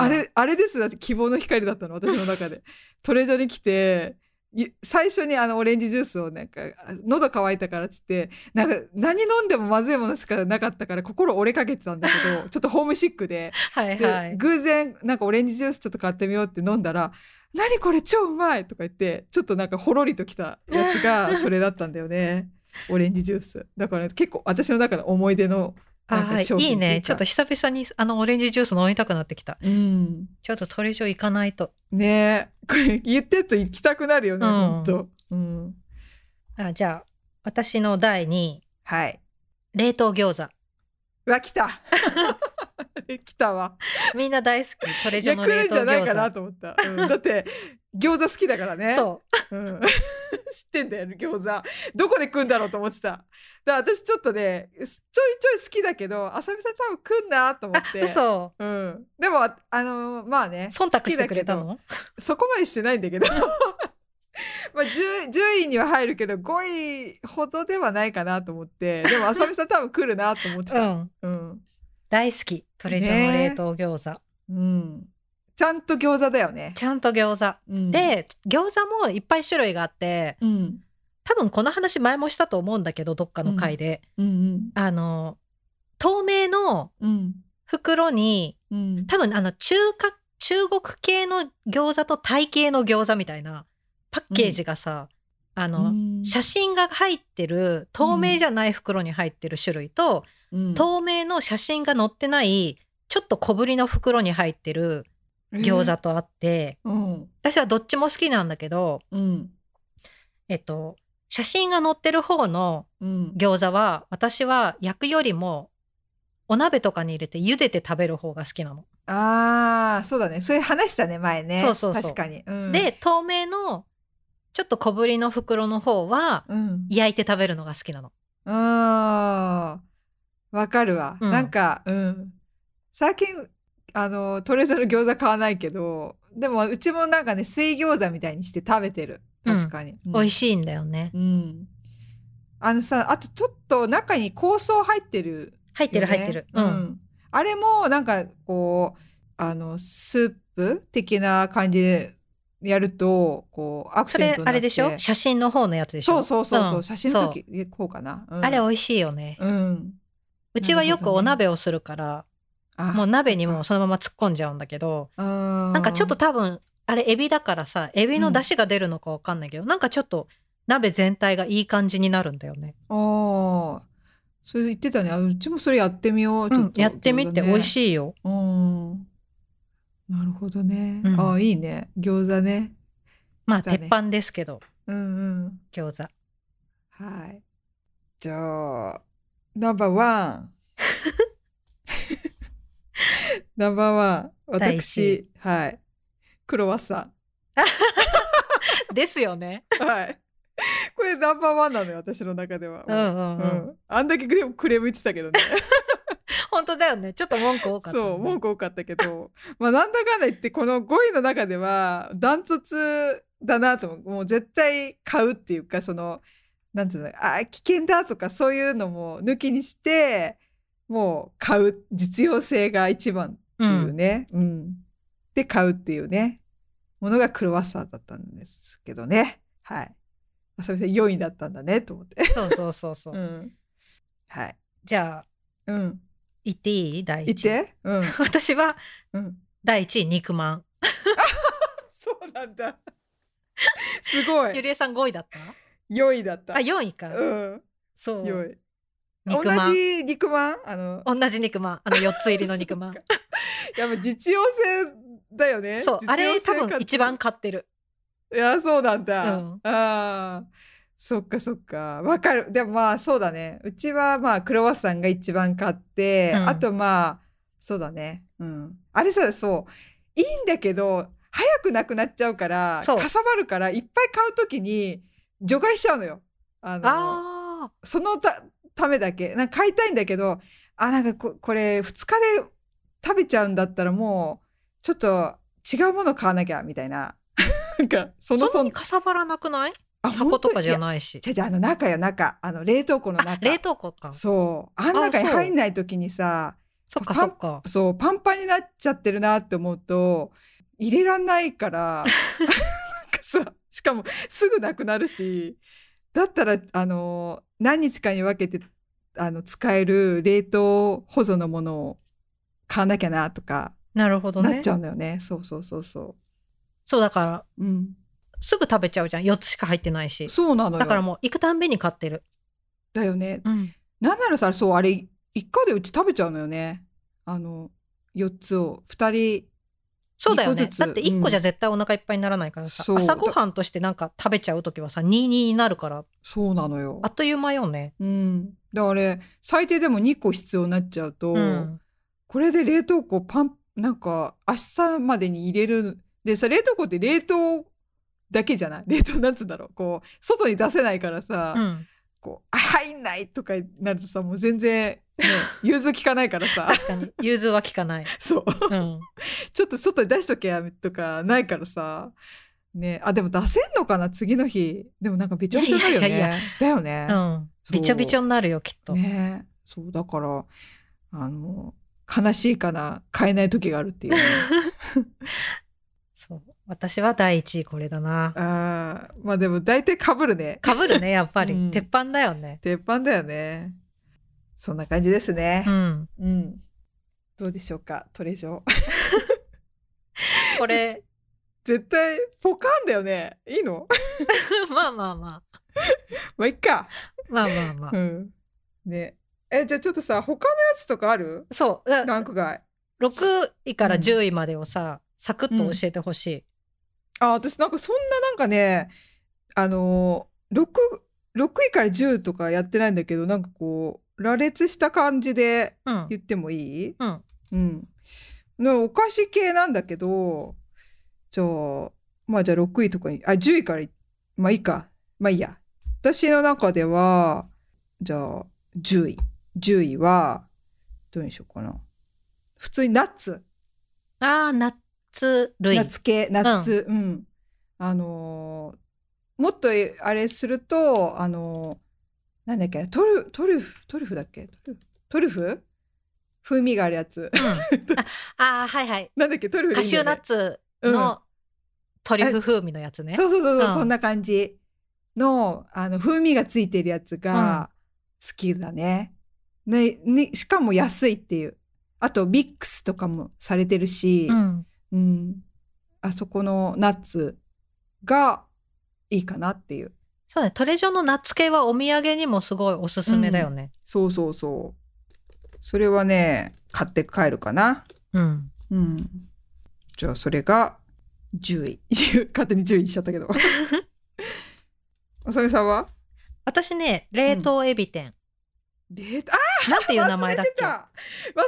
Speaker 1: れあれですだって希望の光だったの私の中で トレジョに来てい最初にあのオレンジジュースをなんかあ喉乾いたからっつってなんか何飲んでもまずいものしかなかったから心折れかけてたんだけ どちょっとホームシックで
Speaker 2: はい
Speaker 1: で、
Speaker 2: はい
Speaker 1: 偶然なんかオレンジジュースちょっと買ってみようって飲んだら「何これ超うまい!」とか言ってちょっとなんかほろりときたやつ がそれだったんだよねオレンジジュースだから結構私の中の思い出のなん
Speaker 2: あ
Speaker 1: か商
Speaker 2: ー
Speaker 1: 品
Speaker 2: いい
Speaker 1: って
Speaker 2: ね
Speaker 1: うか
Speaker 2: ちょっと久々にあのオレンジジュース飲みたくなってきた
Speaker 1: うん
Speaker 2: ちょっとトレジョ行かないと
Speaker 1: ねえこれ言ってると行きたくなるよね、
Speaker 2: うん
Speaker 1: ほんと、うん、
Speaker 2: あじゃあ私の第2位
Speaker 1: はい
Speaker 2: 冷凍餃子
Speaker 1: うわ来た来たわ
Speaker 2: みんな大好きトレ
Speaker 1: い
Speaker 2: ジョ
Speaker 1: や
Speaker 2: の
Speaker 1: 来
Speaker 2: 冷
Speaker 1: るん
Speaker 2: 凍
Speaker 1: じゃないか
Speaker 2: 餃
Speaker 1: な
Speaker 2: 子
Speaker 1: と思った、うんだって餃子好きだからね、
Speaker 2: そう
Speaker 1: ん、 知ってんだよ餃子どこで食うんだろうと思ってただから私ちょっとねちょいちょい好きだけど浅見さん多分食んなと思っ
Speaker 2: う
Speaker 1: て
Speaker 2: 嘘
Speaker 1: うん、でもああのまあね
Speaker 2: 忖度してくれた
Speaker 1: 好きだけど
Speaker 2: の
Speaker 1: そこまでしてないんだけど まあ 10, 10位には入るけど5位ほどではないかなと思ってでも浅見さん多分来るなと思って
Speaker 2: う
Speaker 1: た、
Speaker 2: ん
Speaker 1: うん
Speaker 2: 大好きトレジョの冷凍餃子
Speaker 1: うん、ちゃんと餃子だよね
Speaker 2: ち、ゃんと餃子
Speaker 1: うん、
Speaker 2: で餃子もいっぱい種類があって
Speaker 1: うん
Speaker 2: 多分この話前もしたと思うんだけどどっかの回で、
Speaker 1: うん
Speaker 2: あの透明の
Speaker 1: うんうん
Speaker 2: 袋に
Speaker 1: うん
Speaker 2: 多分あの中華中国系の餃子とタイ系の餃子みたいなパッケージがさ、あ
Speaker 1: う
Speaker 2: の、
Speaker 1: ん
Speaker 2: 写真が入ってる透明じゃない袋に入ってる種類と、
Speaker 1: うん
Speaker 2: 透明の写真が載ってないちょっと小ぶりの袋に入ってる餃子とあって、
Speaker 1: うん
Speaker 2: 私はどっちも好きなんだけど
Speaker 1: うん
Speaker 2: えっと写真が載ってる方の
Speaker 1: うん
Speaker 2: 餃子は私は焼くよりもお鍋とかに入れて茹でて食べる方が好きなの。
Speaker 1: あーそうだねそれ話したね前ね
Speaker 2: そうそうそう
Speaker 1: 確かに、うん、
Speaker 2: で透明のちょっと小ぶりの袋の方は
Speaker 1: うん
Speaker 2: 焼いて食べるのが好きなの。
Speaker 1: あーわかるわ。
Speaker 2: うん
Speaker 1: なんか、うん。最近、あの、トレジョの餃子買わないけど、でもうちもなんかね、水餃子みたいにして食べてる。
Speaker 2: うん
Speaker 1: 確かに。
Speaker 2: 美味
Speaker 1: い。
Speaker 2: しいんだよね。
Speaker 1: うん。あのさ、あとちょっと中に香草入ってるよね。
Speaker 2: 入ってる入ってる。
Speaker 1: う
Speaker 2: うん
Speaker 1: ん。あれもなんかこう、あの、スープ的な感じでやると、こう、アク
Speaker 2: そ
Speaker 1: セン
Speaker 2: れ
Speaker 1: トになって。
Speaker 2: あれでしょ写真の方のやつでし
Speaker 1: そ
Speaker 2: ょ
Speaker 1: うそうそうそう、
Speaker 2: ん
Speaker 1: 写真の時こうかな。
Speaker 2: そううんあれ美味しいよね、
Speaker 1: うん。
Speaker 2: うちは
Speaker 1: な
Speaker 2: よ
Speaker 1: るほ
Speaker 2: く
Speaker 1: どね
Speaker 2: お鍋をするから
Speaker 1: あ
Speaker 2: もう鍋にもそのまま突っ込んじゃうんだけど
Speaker 1: な
Speaker 2: なんかちょっと多分あれエビだからさエビの出汁が出るのかわかんないけど、なんかちょっと鍋全体がいい感じになるんだよね、
Speaker 1: ああそれ言ってたねあうちもそれやってみよう、
Speaker 2: う
Speaker 1: ちょ
Speaker 2: ん
Speaker 1: っ、と
Speaker 2: やってみて美味
Speaker 1: い
Speaker 2: しいよ、
Speaker 1: うんなるほどね、
Speaker 2: うん
Speaker 1: ああいいね餃子ね
Speaker 2: まあ、
Speaker 1: したね
Speaker 2: 鉄板ですけど、
Speaker 1: うんうん
Speaker 2: 餃 子。
Speaker 1: はいじゃあナンバーワ ンナンバーワン
Speaker 2: 第一
Speaker 1: 私はいクロワッサ
Speaker 2: ですよね。
Speaker 1: ンはいこれナンバーワンなのよ私の中では
Speaker 2: うんうんうん。
Speaker 1: うんあんだけでもクレーム言ってたけどね
Speaker 2: 本当だよね。ちょっと文句多かった、ね。
Speaker 1: そう文句多かったけど まあなんだかんだ言ってこの5位の中ではダントツだなと思うもう絶対買うっていうかそのなんていうのあー危険だとかそういうのも抜きにしてもう買う実用性が一番って
Speaker 2: う。
Speaker 1: いうんね、うんで買うっていうねものがクロワッサンだったんですけどねはいあそれで4位だったんだねと思って
Speaker 2: そうそうそうそう。
Speaker 1: うんはい
Speaker 2: じゃあ、
Speaker 1: うん
Speaker 2: 言っていい第
Speaker 1: い
Speaker 2: 一。
Speaker 1: てうん、
Speaker 2: 私は
Speaker 1: うん
Speaker 2: 第一位肉まん。
Speaker 1: そうなんだ。 すご
Speaker 2: ゆ
Speaker 1: い。
Speaker 2: りえさん5位だった
Speaker 1: 良いだった。
Speaker 2: あ、4位か。
Speaker 1: うん。
Speaker 2: そう。
Speaker 1: 良い。同
Speaker 2: 肉まん。
Speaker 1: じ肉まんあの、
Speaker 2: 同じ肉まん。あの4つ入り の肉まん。
Speaker 1: そっかやっぱ実用性だよね。
Speaker 2: そう。
Speaker 1: 実用性
Speaker 2: あれ多
Speaker 1: か
Speaker 2: 分一番。買ってる。
Speaker 1: いや、そうなんだ。
Speaker 2: うん
Speaker 1: ああ。そっかそっか。わかる。でもまあそうだね。うちはまあクロワッサンが一番買って、
Speaker 2: うん
Speaker 1: あとまあ、そうだね。うん。あれさ、そう。いいんだけど、早くなくなっちゃうから、
Speaker 2: そう
Speaker 1: かさばるから、いっぱい買うときに除外しちゃうのよ。あの
Speaker 2: あ
Speaker 1: そのたためだけなんか買いたいんだけどあなんかここれ2日で食べちゃうんだったらもうちょっと違うもの買わなきゃみたい ななんかその
Speaker 2: あ。そんな
Speaker 1: 損
Speaker 2: にかさばらなくない
Speaker 1: あ
Speaker 2: 箱とかじゃ
Speaker 1: い
Speaker 2: ないし。
Speaker 1: や違う違うあの中よ中あの冷凍庫の
Speaker 2: あ
Speaker 1: 中、
Speaker 2: 冷凍庫か。
Speaker 1: そうあん中に入んない時にさ
Speaker 2: そっかそっか。
Speaker 1: そうパンパンになっちゃってるなって思うと入れらんないから なんかさしかもすぐなくなるしだったらあの何日かに分けてあの使える冷凍保存のものを買わなきゃなとか
Speaker 2: なるほど
Speaker 1: な
Speaker 2: ね
Speaker 1: っち。ゃうんだよねそうそうそうそ
Speaker 2: そうだから、
Speaker 1: ううん
Speaker 2: すぐ食べちゃうじゃん。4つしか入ってないし。
Speaker 1: そうなのよ
Speaker 2: だからもう行くたんびに買ってる。
Speaker 1: だよね
Speaker 2: うん。
Speaker 1: なんならさそうあれ一回でうち食べちゃうのよねあの4つを2人
Speaker 2: そうだよ
Speaker 1: 一
Speaker 2: ね
Speaker 1: 個ず。つ
Speaker 2: だって1個じゃ絶対お腹いっぱいにならないからさ、
Speaker 1: そう
Speaker 2: 朝ごはんとしてなんか食べちゃう時はさ22になるから
Speaker 1: そうなのよ
Speaker 2: あっという間よね。
Speaker 1: うん、だからあれ最低でも2個必要になっちゃうと、
Speaker 2: うん、
Speaker 1: これで冷凍庫パンなんか明日までに入れるでさ冷凍庫って冷凍だけじゃない冷凍なんつうんだろうこう外に出せないからさ、
Speaker 2: うん、
Speaker 1: こうあ入んないとかになるとさもう全然、 ね、融通きかないからさ
Speaker 2: 確かに融通は効 かない。
Speaker 1: そう
Speaker 2: うん、
Speaker 1: ちょっと外に出しとけやとかないからさねあでも出せんのかな次の日でもなんかびちょびちょになるよね
Speaker 2: いやいやい
Speaker 1: だよね、
Speaker 2: うん、
Speaker 1: そう
Speaker 2: びちょびちょになるよきっと。
Speaker 1: ねえそうだからあの悲しいかな買えない時があるっていうね、
Speaker 2: そう私は第一位これ だな。
Speaker 1: あーまあでも大体かぶるね
Speaker 2: かぶるねやっぱり、
Speaker 1: うん
Speaker 2: 鉄板だよね。
Speaker 1: 鉄板だよねそんな感じですね
Speaker 2: うん、
Speaker 1: うん、どうでしょうかトレジョ
Speaker 2: これ
Speaker 1: 絶対ポカンだよねいいの
Speaker 2: まあまあまあ
Speaker 1: まあいっか
Speaker 2: まあまあまあ
Speaker 1: う。んねえじゃあちょっとさ他のやつとかある
Speaker 2: そうだ
Speaker 1: ランク外
Speaker 2: 6位から
Speaker 1: うん
Speaker 2: 10位までをさ、サクッと教えてほしい。
Speaker 1: あ私なんかそんななんかねあのー、6, 6位から10とかやってないんだけどなんかこう羅列した感じで
Speaker 2: うん
Speaker 1: 言ってもいい
Speaker 2: うん
Speaker 1: うん。のお菓子系なんだけどじゃあまあじゃあ6位とかにあ10位からいまあいいかまあいいや私の中ではじゃあ10位10位はどうにしようかな普通にナッツ
Speaker 2: ああナッツ類。
Speaker 1: 夏系夏うん、あのーもっとえあれするとあのーなんだっけトルトリュフトリュフだっけトリュフトリュフ風味があるやつ
Speaker 2: うんああーはいは い
Speaker 1: なんだっけトリュフ
Speaker 2: カ
Speaker 1: でいいんだよ
Speaker 2: シューナッ
Speaker 1: ね
Speaker 2: ツ
Speaker 1: うん
Speaker 2: のトリュフ風味のやつね。
Speaker 1: そうそうそうそう、
Speaker 2: うん
Speaker 1: そんな感じのあの風味がついてるやつが好きだね,、ねねしかも安いっていうあとミックスとかもされてるし、
Speaker 2: うん
Speaker 1: うん、あそこのナッツがいいかなっていう
Speaker 2: そうねトレジョのナッツ系はお土産にもすごいおすすめだよね。
Speaker 1: そうそうそうそれはね買って帰るかな
Speaker 2: うん
Speaker 1: うんじゃあそれが
Speaker 2: 10位。
Speaker 1: 勝手に10位にしちゃった けど。おさみさんは
Speaker 2: 私ね、冷凍エビ天。
Speaker 1: 冷凍あ
Speaker 2: なんていう名前
Speaker 1: 忘
Speaker 2: だ
Speaker 1: れ
Speaker 2: ってけ
Speaker 1: たわ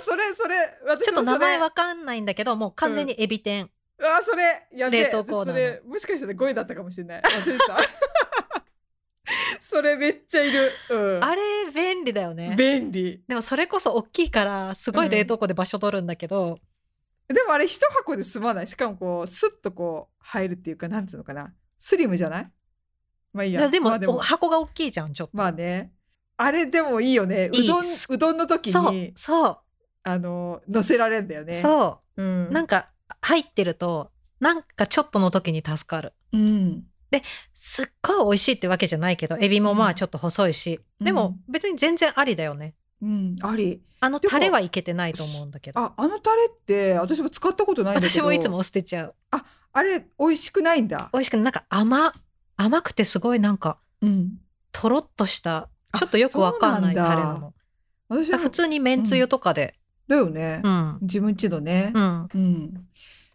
Speaker 1: それそれ私
Speaker 2: ちょっ
Speaker 1: もそれ
Speaker 2: と名前わかんないんだけど、もう完全にエビ天。
Speaker 1: あそれやべえ
Speaker 2: 冷凍コーナーの
Speaker 1: それもしかしたら5位だったかもしれない忘れてた それめっちゃいる、うん、
Speaker 2: あれ、便利だよね。
Speaker 1: 便利
Speaker 2: でもそれこそ大きいから、すごい冷凍庫で場所取るんだけど、
Speaker 1: でもあれ一箱で済まないしかもこうスッとこう入るっていうかなんつうのかなスリムじゃないまあいい
Speaker 2: い
Speaker 1: や
Speaker 2: やでも,お、
Speaker 1: まあ、でも
Speaker 2: 箱が大きいじゃん、ちょっと。
Speaker 1: まあねあれでもいいよね
Speaker 2: いいう
Speaker 1: どん
Speaker 2: す
Speaker 1: うどんの時
Speaker 2: そう
Speaker 1: に、
Speaker 2: そ
Speaker 1: あの乗せられんだよ
Speaker 2: う、
Speaker 1: ねう、
Speaker 2: そう。
Speaker 1: ん、
Speaker 2: なんか入ってるとなんかちょっとの時に助かる
Speaker 1: うん
Speaker 2: すっごい美味しいってわけじゃないけどエビもま
Speaker 1: う
Speaker 2: あ
Speaker 1: ん
Speaker 2: ちょっと細いし、
Speaker 1: うん
Speaker 2: でも別に全然ありだよね
Speaker 1: うんあり
Speaker 2: あの
Speaker 1: でも
Speaker 2: タレはいけてないと思うんだけど
Speaker 1: ああのタレって私も使ったことないんだけど
Speaker 2: 私もいつも捨てちゃう
Speaker 1: あれ美味しくないんだ
Speaker 2: 美味しくないなんか甘甘くてすごいなんか
Speaker 1: うん
Speaker 2: とろっとした
Speaker 1: あ
Speaker 2: ちょっとよくわかんない
Speaker 1: そうなんだ
Speaker 2: タレなの
Speaker 1: 私
Speaker 2: だから
Speaker 1: も
Speaker 2: 普通にめんつゆとかで
Speaker 1: だよね、
Speaker 2: うん
Speaker 1: 自分ちのね
Speaker 2: うん、
Speaker 1: うん、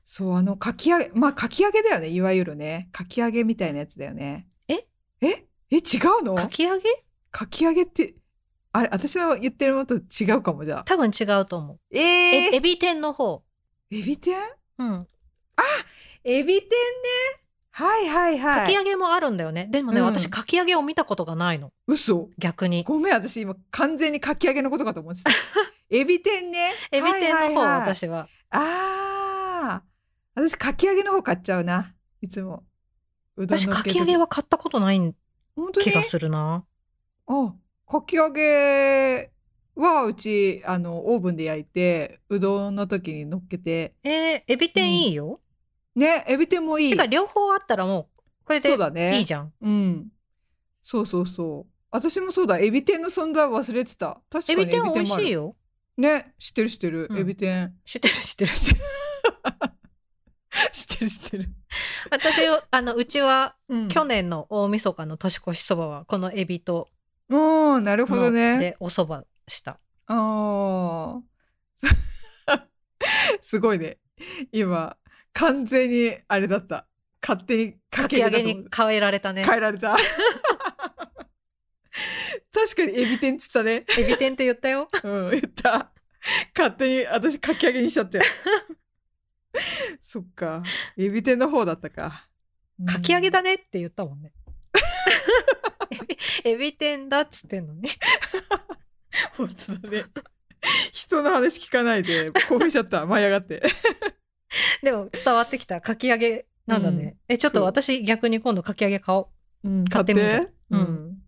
Speaker 1: そうあのかき揚げまあかき揚げだよねいわゆるねかき揚げみたいなやつだよね
Speaker 2: え
Speaker 1: ええ違うの
Speaker 2: かき揚げ
Speaker 1: かき揚げってあれ私の言ってるのと違うかもじゃあ
Speaker 2: 多分違うと思う
Speaker 1: え
Speaker 2: え
Speaker 1: ー、
Speaker 2: エビ天の方
Speaker 1: エビ天
Speaker 2: うん、
Speaker 1: エビ天ねはいはいはい
Speaker 2: かき揚げもあるんだよねでもね、
Speaker 1: うん
Speaker 2: 私かき揚げを見たことがないの
Speaker 1: 嘘
Speaker 2: 逆に
Speaker 1: ごめん私今完全にかき揚げのことかと思 ってたエビ天ね
Speaker 2: エビ
Speaker 1: はい
Speaker 2: 天の方、
Speaker 1: はいはい
Speaker 2: 私は。
Speaker 1: ああ、私かき揚げの方買っちゃうな。いつも。うどん
Speaker 2: 私、
Speaker 1: 乗っ
Speaker 2: か
Speaker 1: ける
Speaker 2: き揚げ
Speaker 1: 時
Speaker 2: は買ったことない
Speaker 1: 本当に
Speaker 2: 気がするな。
Speaker 1: あ、かき揚げはうちあのオーブンで焼いてうどんの時に乗っけて
Speaker 2: えー、エビ天いいよ。
Speaker 1: ねエビ天もいい
Speaker 2: てか、両方あったらもう、これ
Speaker 1: そ
Speaker 2: で
Speaker 1: うだね
Speaker 2: いいじゃん。
Speaker 1: うんそうそうそう私もそうだエビ天の存在忘れてた確か
Speaker 2: エ
Speaker 1: に
Speaker 2: ビ天美味
Speaker 1: もあ
Speaker 2: し
Speaker 1: る
Speaker 2: いよ。
Speaker 1: ね知ってる知ってる、
Speaker 2: うん
Speaker 1: エビ 天
Speaker 2: 知ってる 知ってる。
Speaker 1: 知ってる知ってる、
Speaker 2: 私、あの、うちは、
Speaker 1: うん、
Speaker 2: 去年の大晦日の年越しそばは、このエビと、
Speaker 1: おーなるほどね
Speaker 2: で、おそばした。
Speaker 1: ああ。 すごいね。今、完全にあれだった。勝手に
Speaker 2: か
Speaker 1: か
Speaker 2: き
Speaker 1: き揚
Speaker 2: 揚
Speaker 1: げだ
Speaker 2: げ
Speaker 1: と思
Speaker 2: に変えられたね
Speaker 1: う。変えられ た。確かにエビ天っつったね。
Speaker 2: エビ天って言ったよ。
Speaker 1: うん、言った。勝手に私かき揚げにしち ゃったよ。そっか。エビ天の方だったか。
Speaker 2: かき揚げだねって言ったもん ね。エビエビ天だっつってんのに。
Speaker 1: うん。本当だね。人の話聞かないで興奮しちゃった。舞い上がって。
Speaker 2: でも伝わってきたかき揚げなんだね。えちょっと
Speaker 1: そう
Speaker 2: 私逆に今度かき揚げ買おう。
Speaker 1: うん、
Speaker 2: 買ってみる
Speaker 1: う。
Speaker 2: うん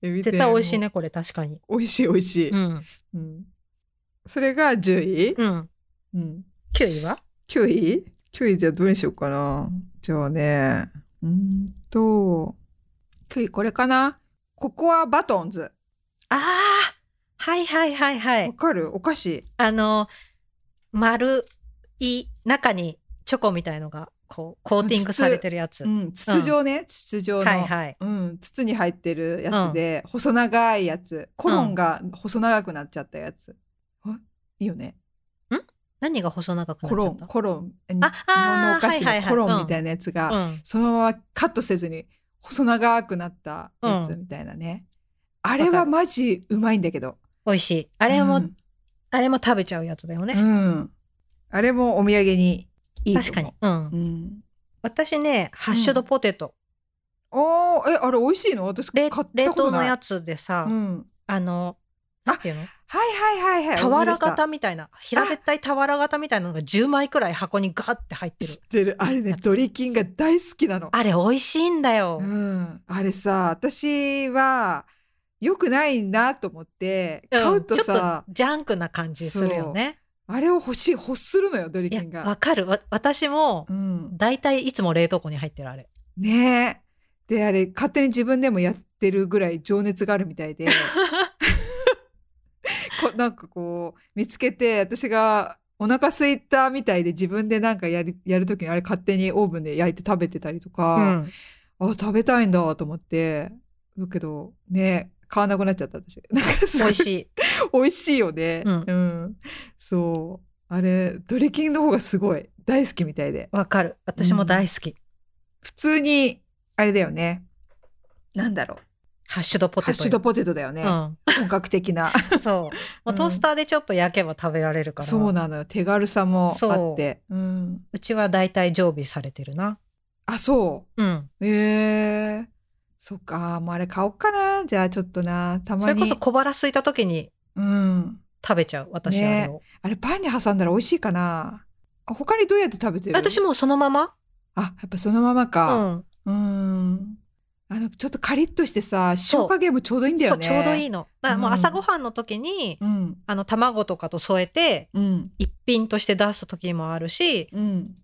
Speaker 1: エビ天
Speaker 2: 絶対美味しい
Speaker 1: も
Speaker 2: ねこれ確かに。
Speaker 1: 美味しい美味しい、
Speaker 2: うん。
Speaker 1: うんそれが10位、
Speaker 2: うん。
Speaker 1: うん、
Speaker 2: 九位は？
Speaker 1: 9位 ?9 位じゃあどれにしようかなじゃあねうーんと9位これかなココアバトンズ
Speaker 2: ああはいはいはいは
Speaker 1: わ
Speaker 2: い。
Speaker 1: かるお菓子
Speaker 2: あの丸い中にチョコみたいのがこうコーティングされてるやつ。
Speaker 1: うん筒状ね、筒状の、
Speaker 2: はいはい。
Speaker 1: うん、筒に入ってるやつで、細長いやつコロンが細長くなっちゃったやつ、あいいよね
Speaker 2: 何が細長くなっ
Speaker 1: コ
Speaker 2: ちゃ
Speaker 1: ロ
Speaker 2: っ
Speaker 1: ン
Speaker 2: た？
Speaker 1: コロン日本
Speaker 2: あ
Speaker 1: のお菓子
Speaker 2: はいはいは
Speaker 1: の
Speaker 2: い
Speaker 1: コロンみたいなやつが、
Speaker 2: うん。
Speaker 1: そのままカットせずに細長くなったやつみたいなね、あれはマジうまいんだけど
Speaker 2: 美味しい。あれも、
Speaker 1: うん
Speaker 2: あれも食べちゃうやつだよ
Speaker 1: う
Speaker 2: ね。
Speaker 1: んあれもお土産にいいと思う
Speaker 2: 確かに。うん。
Speaker 1: うん、
Speaker 2: 私ねハッシュドポテト、
Speaker 1: おーえあれ美味しいの私買
Speaker 2: 冷
Speaker 1: ったことない
Speaker 2: 冷凍のやつでさ、
Speaker 1: うん、
Speaker 2: あの
Speaker 1: あ
Speaker 2: なんていうの？
Speaker 1: はいはいはいはい
Speaker 2: 俵
Speaker 1: 思い出した
Speaker 2: 型みたいな平べったい俵型みたいなのが10枚くらい箱にガーって入ってる
Speaker 1: 知ってるあれねドリキンが大好きなの
Speaker 2: あれ美味しいんだよ、
Speaker 1: うん、あれさ私は良くないなと思って
Speaker 2: うん
Speaker 1: 買うと
Speaker 2: ちょっ
Speaker 1: さ
Speaker 2: と、ジャンクな感じするよね
Speaker 1: あれを欲しい欲するのよドリ
Speaker 2: い
Speaker 1: キ
Speaker 2: や
Speaker 1: ン
Speaker 2: わ
Speaker 1: が。
Speaker 2: かるわ私も
Speaker 1: うん、
Speaker 2: 大体いつも冷凍庫に入ってるあれ
Speaker 1: ねえ。で、あれ、勝手に自分でもやってるぐらい情熱があるみたいで、こ なんかこう、見つけて、私がお腹空いたみたいで自分でなんかやりやるときにあれ勝手にオーブンで焼いて食べてたりと
Speaker 2: う
Speaker 1: か、
Speaker 2: ん
Speaker 1: あ、食べたいんだと思って、だけど、ね買 わなくなっちゃった私。なんかす
Speaker 2: 美
Speaker 1: ごい
Speaker 2: 味しい
Speaker 1: 美味しいよね。
Speaker 2: うん
Speaker 1: そう。あれドリキンの方がすごい大好きみたいで
Speaker 2: わかる。私も大好き。
Speaker 1: 普通にあれだよねなんだろう
Speaker 2: ハッシュドポ
Speaker 1: ハッ
Speaker 2: テト。
Speaker 1: シュドポテトだよね、本格的な
Speaker 2: うん。 そう。もうトースターでちょっと焼けば食べられるから。
Speaker 1: そうなのよ手軽さもあってう、ん、
Speaker 2: うちは大体常備されてるな。
Speaker 1: あそ
Speaker 2: うん。
Speaker 1: うえー、そっかもうあれ買おっかなじゃあちょっとなた
Speaker 2: そ
Speaker 1: ま
Speaker 2: れ
Speaker 1: に
Speaker 2: こそ小腹空いた時に
Speaker 1: うん、
Speaker 2: 食べちゃう。私あれを。
Speaker 1: あれパンに挟んだら美味しいかなあ他にどうやって食べてる
Speaker 2: 私もうそのまま。
Speaker 1: あやっぱそのまま
Speaker 2: う
Speaker 1: か
Speaker 2: ん。
Speaker 1: うんあのちょっとカリッとしてさ塩加減もちょうどいいんだ
Speaker 2: そ
Speaker 1: よ
Speaker 2: う
Speaker 1: ね
Speaker 2: ちょうどいいの。だからも
Speaker 1: う
Speaker 2: う
Speaker 1: ん
Speaker 2: 朝ごはんの時に、
Speaker 1: うん
Speaker 2: あの卵とかと添えて
Speaker 1: うん
Speaker 2: 一品として出す時もあるし、
Speaker 1: うん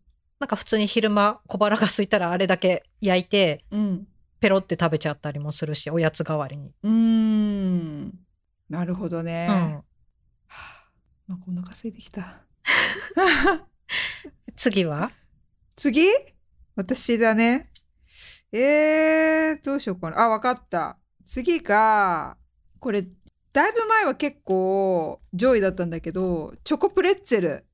Speaker 2: なんか普通に昼間小腹が空いたらあれだけ焼いて
Speaker 1: うん
Speaker 2: ペロって食べちゃったりもするし、おやつ代わりに。
Speaker 1: うーんなるほどね、
Speaker 2: うん。
Speaker 1: はあなんかお腹空いてきた
Speaker 2: 次は
Speaker 1: 次私だねえー、どうしようかなあわかった次がこれだいぶ前は結構上位だったんだけどチョコプレッツェル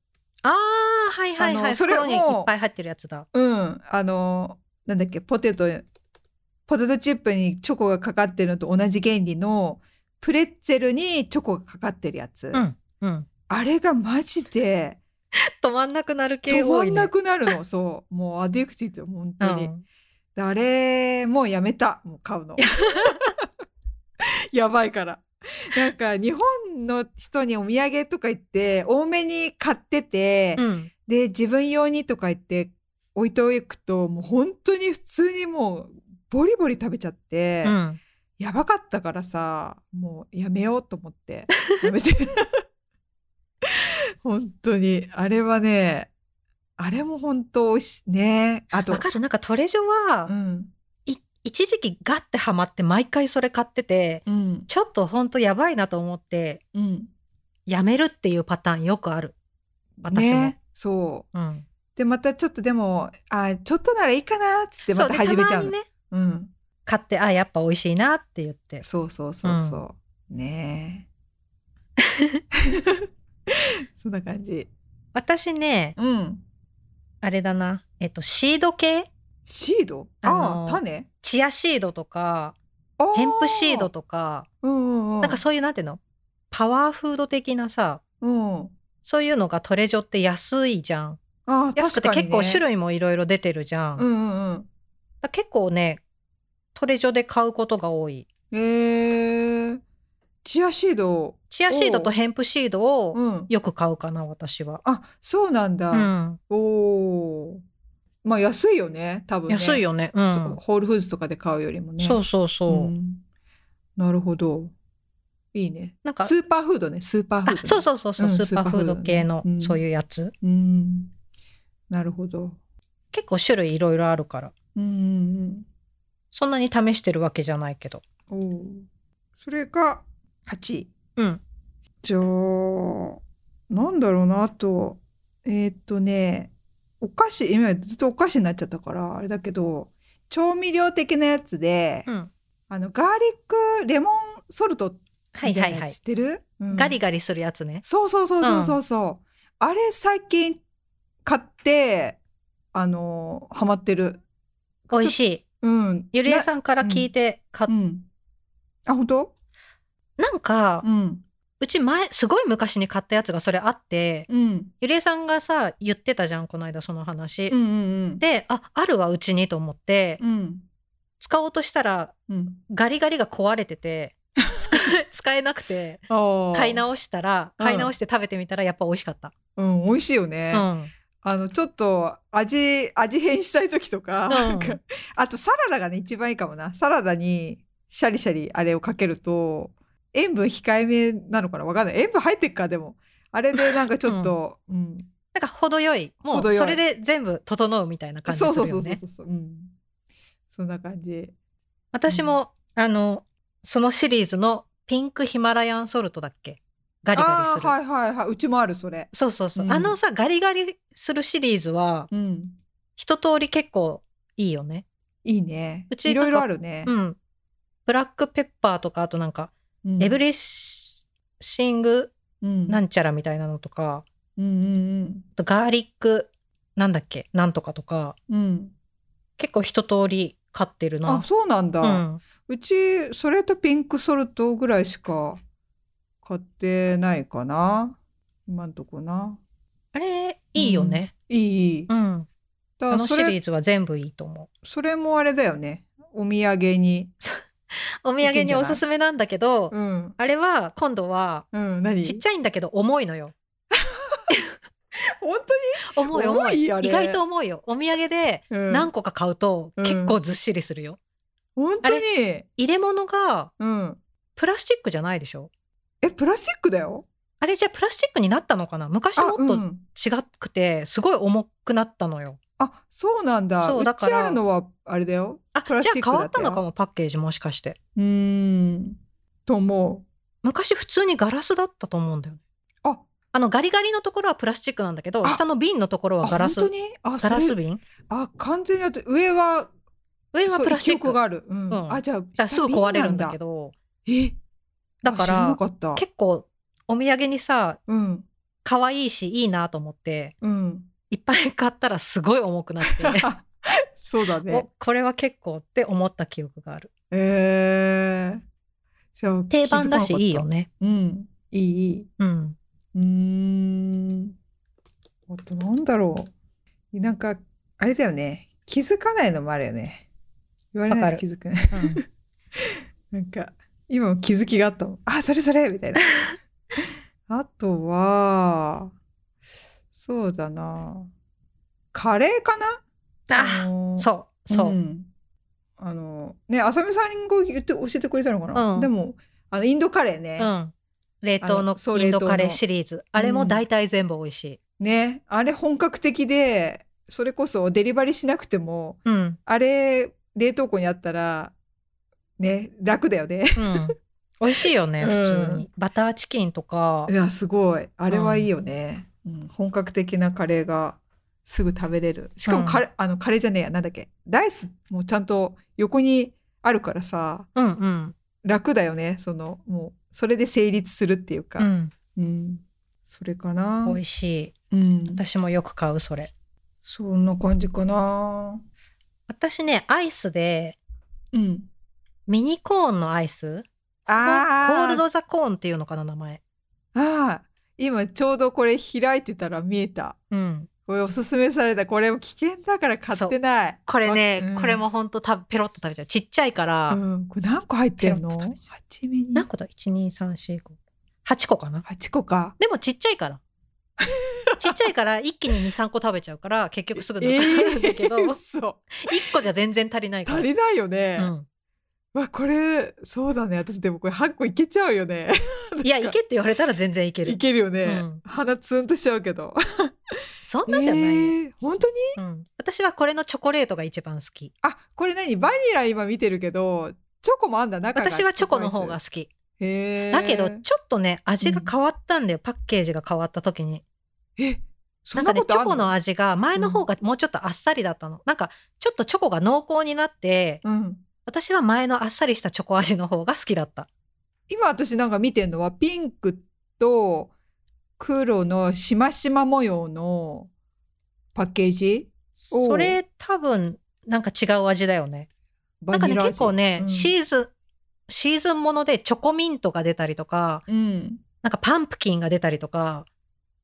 Speaker 2: ああ、はいはいは
Speaker 1: あの
Speaker 2: い。そ
Speaker 1: それ
Speaker 2: れにいっ
Speaker 1: もう
Speaker 2: ぱい入ってるやつだ。
Speaker 1: うんあのなんだっけポテトポテトチップにチョコがかかってるのと同じ原理のプレッツェルにチョコがかかってるやつ、
Speaker 2: うん。うん。
Speaker 1: あれがマジで
Speaker 2: 止まんなくなる系
Speaker 1: 止
Speaker 2: 多
Speaker 1: ま
Speaker 2: い
Speaker 1: ん
Speaker 2: ね、
Speaker 1: なくなるのそうもうアディクティブ本当に、
Speaker 2: うん
Speaker 1: であれもうやめたもう買うの やばいからなんか日本の人にお土産とか言って多めに買ってて、
Speaker 2: うん
Speaker 1: で自分用にとか言って置いておくともう本当に普通にもうボリボリ食べちゃって、
Speaker 2: うん
Speaker 1: やばかったからさもうやめようと思って やめて本当にあれはねあれも本当おいしいねあと
Speaker 2: わかるなんかトレジョは、
Speaker 1: うん
Speaker 2: い一時期ガッてハマって毎回それ買ってて
Speaker 1: うん
Speaker 2: ちょっとほんとやばいなと思って
Speaker 1: うん
Speaker 2: やめるっていうパターンよくある私も、
Speaker 1: ねそう
Speaker 2: うん、
Speaker 1: でまたちょっとでもあちょっとならいいかなっつってま
Speaker 2: そう
Speaker 1: た
Speaker 2: で
Speaker 1: 始めちゃ
Speaker 2: たま
Speaker 1: う
Speaker 2: にね
Speaker 1: うん
Speaker 2: 買ってあやっぱ美味しいなって言って
Speaker 1: そうそうそうそう、ねえ そんな感じ
Speaker 2: 私ね
Speaker 1: うん
Speaker 2: あれだなえっとシード系
Speaker 1: シード
Speaker 2: あ
Speaker 1: あ
Speaker 2: の
Speaker 1: あ種
Speaker 2: チアシードとか
Speaker 1: あー
Speaker 2: ヘンプシードとか
Speaker 1: うんうんうん
Speaker 2: なんかそういうなんていうのパワーフード的なさ
Speaker 1: うん
Speaker 2: そういうのがトレジョって安いじゃん
Speaker 1: あー
Speaker 2: 安くて結構種
Speaker 1: 確か
Speaker 2: 類もいろいろ出てるじゃん。
Speaker 1: にねうんうんうん
Speaker 2: だ結構ねトレジョで買うことが多い。
Speaker 1: えー、チアシード
Speaker 2: チアシードとヘンプシードを
Speaker 1: うん
Speaker 2: よく買うかな私は。
Speaker 1: あそうなんだ、
Speaker 2: うん、
Speaker 1: おおまあ安いよね多分ね
Speaker 2: 安いよね。う
Speaker 1: と
Speaker 2: ん
Speaker 1: か、ホールフーズとかで買うよりもね
Speaker 2: そうそうそう。
Speaker 1: んなるほどいいね
Speaker 2: なんか
Speaker 1: スーパーフードねスーパーフード
Speaker 2: あ
Speaker 1: ね、
Speaker 2: そうそうそうそう、
Speaker 1: うん
Speaker 2: スーパーフード系
Speaker 1: ス
Speaker 2: の
Speaker 1: ーパーフードねうん
Speaker 2: そういうやつ、
Speaker 1: うんなるほど
Speaker 2: 結構種類いろいろあるから
Speaker 1: うん
Speaker 2: そんなに試してるわけじゃないけど。
Speaker 1: うんうんおーそれが8位
Speaker 2: うん。
Speaker 1: じゃあ、なんだろうな、あと、えーっとね、お菓子、今ずっとお菓子になっちゃったから、あれだけど、調味料的なやつで、
Speaker 2: うん。
Speaker 1: あの、ガーリックレモンソルトみ
Speaker 2: は
Speaker 1: た
Speaker 2: い
Speaker 1: いな
Speaker 2: はいは
Speaker 1: や
Speaker 2: い
Speaker 1: つ知。ってるうん
Speaker 2: ガリガリするやつね。
Speaker 1: そうそうそうそうそうそう。あれ最近買って、あの、ハマってる。
Speaker 2: 美味しい。
Speaker 1: うん。
Speaker 2: ゆりえ
Speaker 1: ん。
Speaker 2: さんから聞いて買っ
Speaker 1: うん。あ、本当
Speaker 2: なんか、う
Speaker 1: うん。
Speaker 2: ち前すごい昔に買ったやつがそれあって、
Speaker 1: うん。
Speaker 2: ゆりえさんがさ言ってたじゃんこの間その話、
Speaker 1: うんうん
Speaker 2: でああるわうちにと思って、
Speaker 1: うん。うん。
Speaker 2: 使おうとしたら
Speaker 1: うん。
Speaker 2: ガリガリが壊れてて 使え使えなくて買い直したら
Speaker 1: うん
Speaker 2: 買い直して食べてみたらやっぱ美味しかった、
Speaker 1: うん、美味しいよ
Speaker 2: う
Speaker 1: ね。
Speaker 2: ん
Speaker 1: あの、ちょっと味、味変したい時とか、
Speaker 2: ん
Speaker 1: なんかあとサラダがね、一番いいかもな。サラダにシャリシャリあれをかけると、塩分控えめなのかなわかんない。塩分入ってっか、でも。あれでなんかちょっと、うん。
Speaker 2: なんか程よいもう
Speaker 1: 程よい
Speaker 2: それで全部整うみたいな感じする
Speaker 1: そ
Speaker 2: よ
Speaker 1: う
Speaker 2: ね
Speaker 1: そうそうそうそう。うん。そんな感じ。
Speaker 2: 私も、あのそのシリーズのピンクヒマラヤンソルトだっけガリガリ
Speaker 1: あ
Speaker 2: す
Speaker 1: あー、
Speaker 2: る、
Speaker 1: はいはいはい。うちもある、それ。
Speaker 2: そうそうそう、
Speaker 1: うん
Speaker 2: あのさガリガリするシリーズは
Speaker 1: うん。
Speaker 2: 一通り結構いいよね
Speaker 1: いいね
Speaker 2: う。ち
Speaker 1: いろいろあるね
Speaker 2: う。んブラックペッパーとかあとなんか
Speaker 1: うん
Speaker 2: エブリシング
Speaker 1: うん
Speaker 2: なんちゃらみたいなのとか、
Speaker 1: うんうん
Speaker 2: あとガーリックなんだっけなんとかとか
Speaker 1: うんうん
Speaker 2: 結構一通り買ってる
Speaker 1: あ
Speaker 2: な。
Speaker 1: そうなんだ、
Speaker 2: う、
Speaker 1: うんちそれとピンクソルトぐらいしか買ってないかな今んとこな
Speaker 2: あれいいよね。
Speaker 1: いいいい、
Speaker 2: うん、
Speaker 1: だ
Speaker 2: あ
Speaker 1: から
Speaker 2: の
Speaker 1: そ
Speaker 2: シリ
Speaker 1: れ
Speaker 2: ーズは全部いいと思う。
Speaker 1: それもあれだよねお土産に
Speaker 2: お土
Speaker 1: いけ
Speaker 2: 産
Speaker 1: んじ
Speaker 2: に
Speaker 1: ゃな
Speaker 2: お
Speaker 1: い
Speaker 2: すすめなんだけど、
Speaker 1: うん
Speaker 2: あれは今度は
Speaker 1: うん何
Speaker 2: ちっちゃいんだけど重いのよ。
Speaker 1: 本
Speaker 2: 重い重い
Speaker 1: 重いあれ
Speaker 2: 意外と重いよお土産で
Speaker 1: 当に、うん、
Speaker 2: 何個か買うと
Speaker 1: うん
Speaker 2: 結構ずっしりするよ、
Speaker 1: 本当に
Speaker 2: 入れ物が
Speaker 1: うん
Speaker 2: プラスチックじゃないでしょ
Speaker 1: えプラスチックだよ
Speaker 2: あれじゃあプラスチックになったのかな昔もっと
Speaker 1: うん
Speaker 2: 違くてすごい重くなったのよ
Speaker 1: あそうなんだ
Speaker 2: そう
Speaker 1: う
Speaker 2: だから
Speaker 1: ちあるのはあれだよ
Speaker 2: あ
Speaker 1: プラス
Speaker 2: じゃ
Speaker 1: チッ
Speaker 2: あ
Speaker 1: ク
Speaker 2: 変
Speaker 1: だ
Speaker 2: わ
Speaker 1: っ
Speaker 2: ったた
Speaker 1: よ
Speaker 2: のかもパッケージもしかして
Speaker 1: うーんと思
Speaker 2: 昔普通にガラスだったと思うんだよね
Speaker 1: うあ
Speaker 2: あのガリガリのところはプラスチックなんだけど
Speaker 1: あ
Speaker 2: 下の瓶のところ
Speaker 1: あ
Speaker 2: はガラ
Speaker 1: 本
Speaker 2: ス
Speaker 1: 当にあ
Speaker 2: ガラ
Speaker 1: そ
Speaker 2: ス
Speaker 1: れ
Speaker 2: 瓶
Speaker 1: あ完全にあと上は
Speaker 2: 上は
Speaker 1: そう
Speaker 2: プラスチッ
Speaker 1: 記憶
Speaker 2: ク
Speaker 1: が
Speaker 2: だか
Speaker 1: ある、うん
Speaker 2: うん
Speaker 1: あじゃあ
Speaker 2: らすぐ壊れるんだけ
Speaker 1: ど
Speaker 2: ど
Speaker 1: え
Speaker 2: だか
Speaker 1: あ知らな
Speaker 2: ら
Speaker 1: かった
Speaker 2: 結構お土産にさ
Speaker 1: うん
Speaker 2: 可愛いしいいなと思って
Speaker 1: うん
Speaker 2: いっぱい買ったらすごい重くなって
Speaker 1: そうだね
Speaker 2: おこれは結構って思った記憶がある
Speaker 1: えー、そう
Speaker 2: 定番だし
Speaker 1: 気づかなかった
Speaker 2: いいよね
Speaker 1: うんいいいい
Speaker 2: うん
Speaker 1: うーん。あとなんだろう。なんか、あれだよね。気づかないのもあるよね。言われないと気づく ない。
Speaker 2: うん
Speaker 1: なんか、今も気づきがあったもん。あ、それそれみたい な。あとは、そうだな。カレーかな
Speaker 2: あそうそう、
Speaker 1: んあの、ね、浅見さんが言って、教えてくれたのかな、
Speaker 2: うん
Speaker 1: でも、あの、インドカレーね。
Speaker 2: うん冷凍
Speaker 1: あ
Speaker 2: の
Speaker 1: のそう
Speaker 2: イン
Speaker 1: 冷
Speaker 2: ド
Speaker 1: 凍の
Speaker 2: カレーシリーズあれも大体全部美味しい
Speaker 1: ね、あれ本格的で、それこそデリバリーしなくても、
Speaker 2: うん、
Speaker 1: あれ、冷凍庫にあったら、ね、楽だよね。
Speaker 2: うん、美味しいよね
Speaker 1: うん
Speaker 2: 普通に、バターチキンとか
Speaker 1: いや、すごい。あれはいいよね。うん本格的なカレーがすぐ食べれる。しかもカレー、あの、カレーじゃねえや、なんだっけ。ライスもちゃんと横にあるからさ、
Speaker 2: うんうん
Speaker 1: 楽だよね。その、もう、それで成立するっていう
Speaker 2: う
Speaker 1: か。
Speaker 2: ん
Speaker 1: うんそれかな。
Speaker 2: 美味しい
Speaker 1: うん。
Speaker 2: 私もよく買うそれ
Speaker 1: そんな感じかな。
Speaker 2: 私ねアイスで
Speaker 1: うん。
Speaker 2: ミニコーンのアイスゴ
Speaker 1: ああ。
Speaker 2: ールドザコーンっていうのかな名前
Speaker 1: ああ。今ちょうどこれ開いてたら見えた。
Speaker 2: うん
Speaker 1: これおすすめされたこれも危険だから買ってない
Speaker 2: これね、
Speaker 1: うん
Speaker 2: これもほんとたペロッと食べちゃうちっちゃいから、
Speaker 1: うん、これ何個入ってんの
Speaker 2: ペロッと食べち
Speaker 1: 八ミニ
Speaker 2: 何個だ12345 8個かな
Speaker 1: 八個か
Speaker 2: でもちっちゃいから ちっちゃいから一気に23個食べちゃうから結局すぐなく
Speaker 1: え
Speaker 2: なるんだけ
Speaker 1: え
Speaker 2: ど、
Speaker 1: ー、嘘
Speaker 2: 1個じゃ全然足りないから
Speaker 1: 足りないよね、
Speaker 2: うん、
Speaker 1: わこれそうだね私でもこれ八個いけちゃうよね
Speaker 2: いやいけって言われたら全然いける
Speaker 1: いけるよね、
Speaker 2: うん
Speaker 1: 鼻ツンとしちゃうけど
Speaker 2: そん
Speaker 1: え
Speaker 2: なんじゃないよ、
Speaker 1: ー、本当に
Speaker 2: うん、私はこれのチョコレートが一番好き
Speaker 1: あこれ何バニラ今見てるけどチョコもあんだ中が
Speaker 2: 私はチョコの方が好き
Speaker 1: へー
Speaker 2: だけどちょっとね味が変わったんだよ、パッケージが変わった時に
Speaker 1: えそ
Speaker 2: なん
Speaker 1: ん
Speaker 2: か
Speaker 1: な
Speaker 2: ね
Speaker 1: こ
Speaker 2: チ
Speaker 1: と
Speaker 2: ョ
Speaker 1: あん
Speaker 2: コ
Speaker 1: の
Speaker 2: の味が前の方がもうちょっとあっさりだったの、なんかちょっとチョコが濃厚になって
Speaker 1: うん
Speaker 2: 私は前のあっさりしたチョコ味の方が好きだった
Speaker 1: 今私なんか見てるのはピンクと黒のしましま模様のパッケージおう
Speaker 2: それ多分なんか違う味だよね
Speaker 1: バ
Speaker 2: なんかね
Speaker 1: ニラ味
Speaker 2: 結構ね、
Speaker 1: うん
Speaker 2: シーズンシーズンものでチョコミントが出たりとか
Speaker 1: うん、
Speaker 2: なんかパンプキンが出たりとか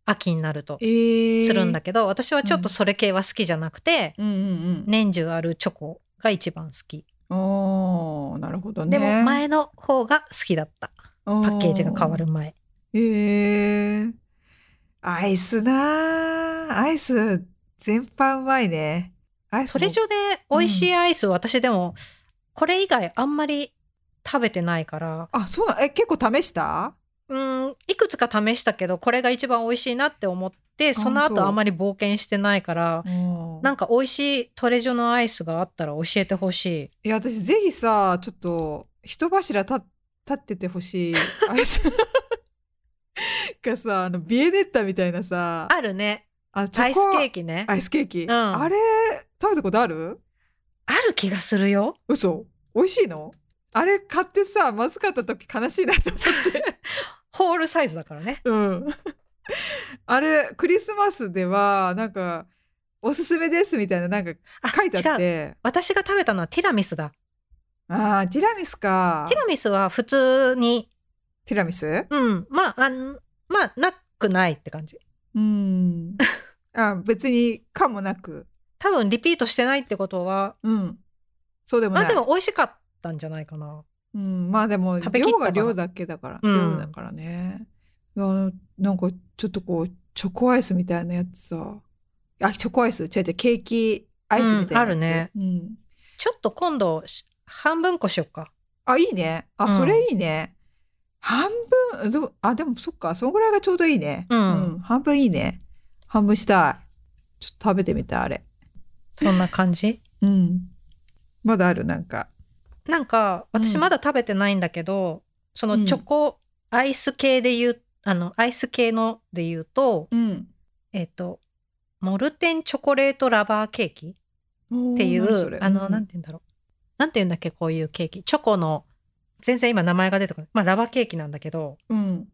Speaker 2: 秋になると
Speaker 1: えー、
Speaker 2: するんだけど、私はちょっとそれ系は好きじゃなくて、
Speaker 1: うんうんうん、
Speaker 2: 年中あるチョコが一番好き、
Speaker 1: おーなるほどね
Speaker 2: でも前の方が好きだった
Speaker 1: パ
Speaker 2: パッケージが変わる前
Speaker 1: えー、アイスなーアイス全般うまいねアイスも
Speaker 2: それ以上で美味しいアイス、私でもこれ以外あんまり食べてないから
Speaker 1: あそうなのえ結構試した
Speaker 2: うんいくつか試したけどこれが一番美味しいなって思ってその
Speaker 1: 本
Speaker 2: 後
Speaker 1: 当
Speaker 2: あんまり冒険してないから
Speaker 1: な
Speaker 2: なんか美味しいトレジョのアイスがあったら教えてほしい
Speaker 1: いや私ぜひさちょっと人柱立立っててほしいあ れさがさあのビエネッタみたいなさ
Speaker 2: あるね
Speaker 1: あチ
Speaker 2: ア
Speaker 1: ョ
Speaker 2: イ
Speaker 1: コ
Speaker 2: スケーキね
Speaker 1: アイスケーキ、
Speaker 2: ん
Speaker 1: あれ食べたことある
Speaker 2: ある気がするよ
Speaker 1: 嘘美味しいのあれ買ってさまずかった時悲しいなと思って
Speaker 2: ホールサイズだからね
Speaker 1: うんあれクリスマスではなんかおすすめですみたいななんか
Speaker 2: あ
Speaker 1: 書いてあっ
Speaker 2: 違う
Speaker 1: て
Speaker 2: 私が食べたのはティラミスだ
Speaker 1: ああーティラミスか
Speaker 2: ティラミスは普通に
Speaker 1: ティラミス
Speaker 2: うんまああんまあなくないって感じ
Speaker 1: うん あ別にかもなく
Speaker 2: 多分リピートしてないってことは
Speaker 1: うんそうでもない
Speaker 2: あでも美味しかったんじゃないかな
Speaker 1: うん、まあでも
Speaker 2: 食べきった
Speaker 1: 量
Speaker 2: か
Speaker 1: が
Speaker 2: な
Speaker 1: 量だけだから、
Speaker 2: うん
Speaker 1: 量だからねあのなんかちょっとこうチョコアイスみたいなやつさあチョコアイス違う違うケーキアイスみたいなやつ、
Speaker 2: うんあるね
Speaker 1: うん
Speaker 2: ちょっと今度し半分こしようか
Speaker 1: あいいねあ、
Speaker 2: うん
Speaker 1: それいいね半分どうあでもそっかそんぐらいがちょうどいいね
Speaker 2: うん
Speaker 1: 半分いいね半分したいちょっと食べてみたいあれ
Speaker 2: そんな感じ
Speaker 1: うんまだあるなんか
Speaker 2: なんか
Speaker 1: うん
Speaker 2: 私まだ食べてないんだけど、そのチョコアイス系で言うあのアイス系ので言うと
Speaker 1: うん
Speaker 2: えっ、とモルテンチョコレートラバーケーキってい
Speaker 1: 何それ
Speaker 2: うあの、
Speaker 1: うん
Speaker 2: なんて言うんだろうなんて言うんだっけこういうケーキチョコの全然今名前が出てこないまあラバーケーキなんだけど
Speaker 1: うん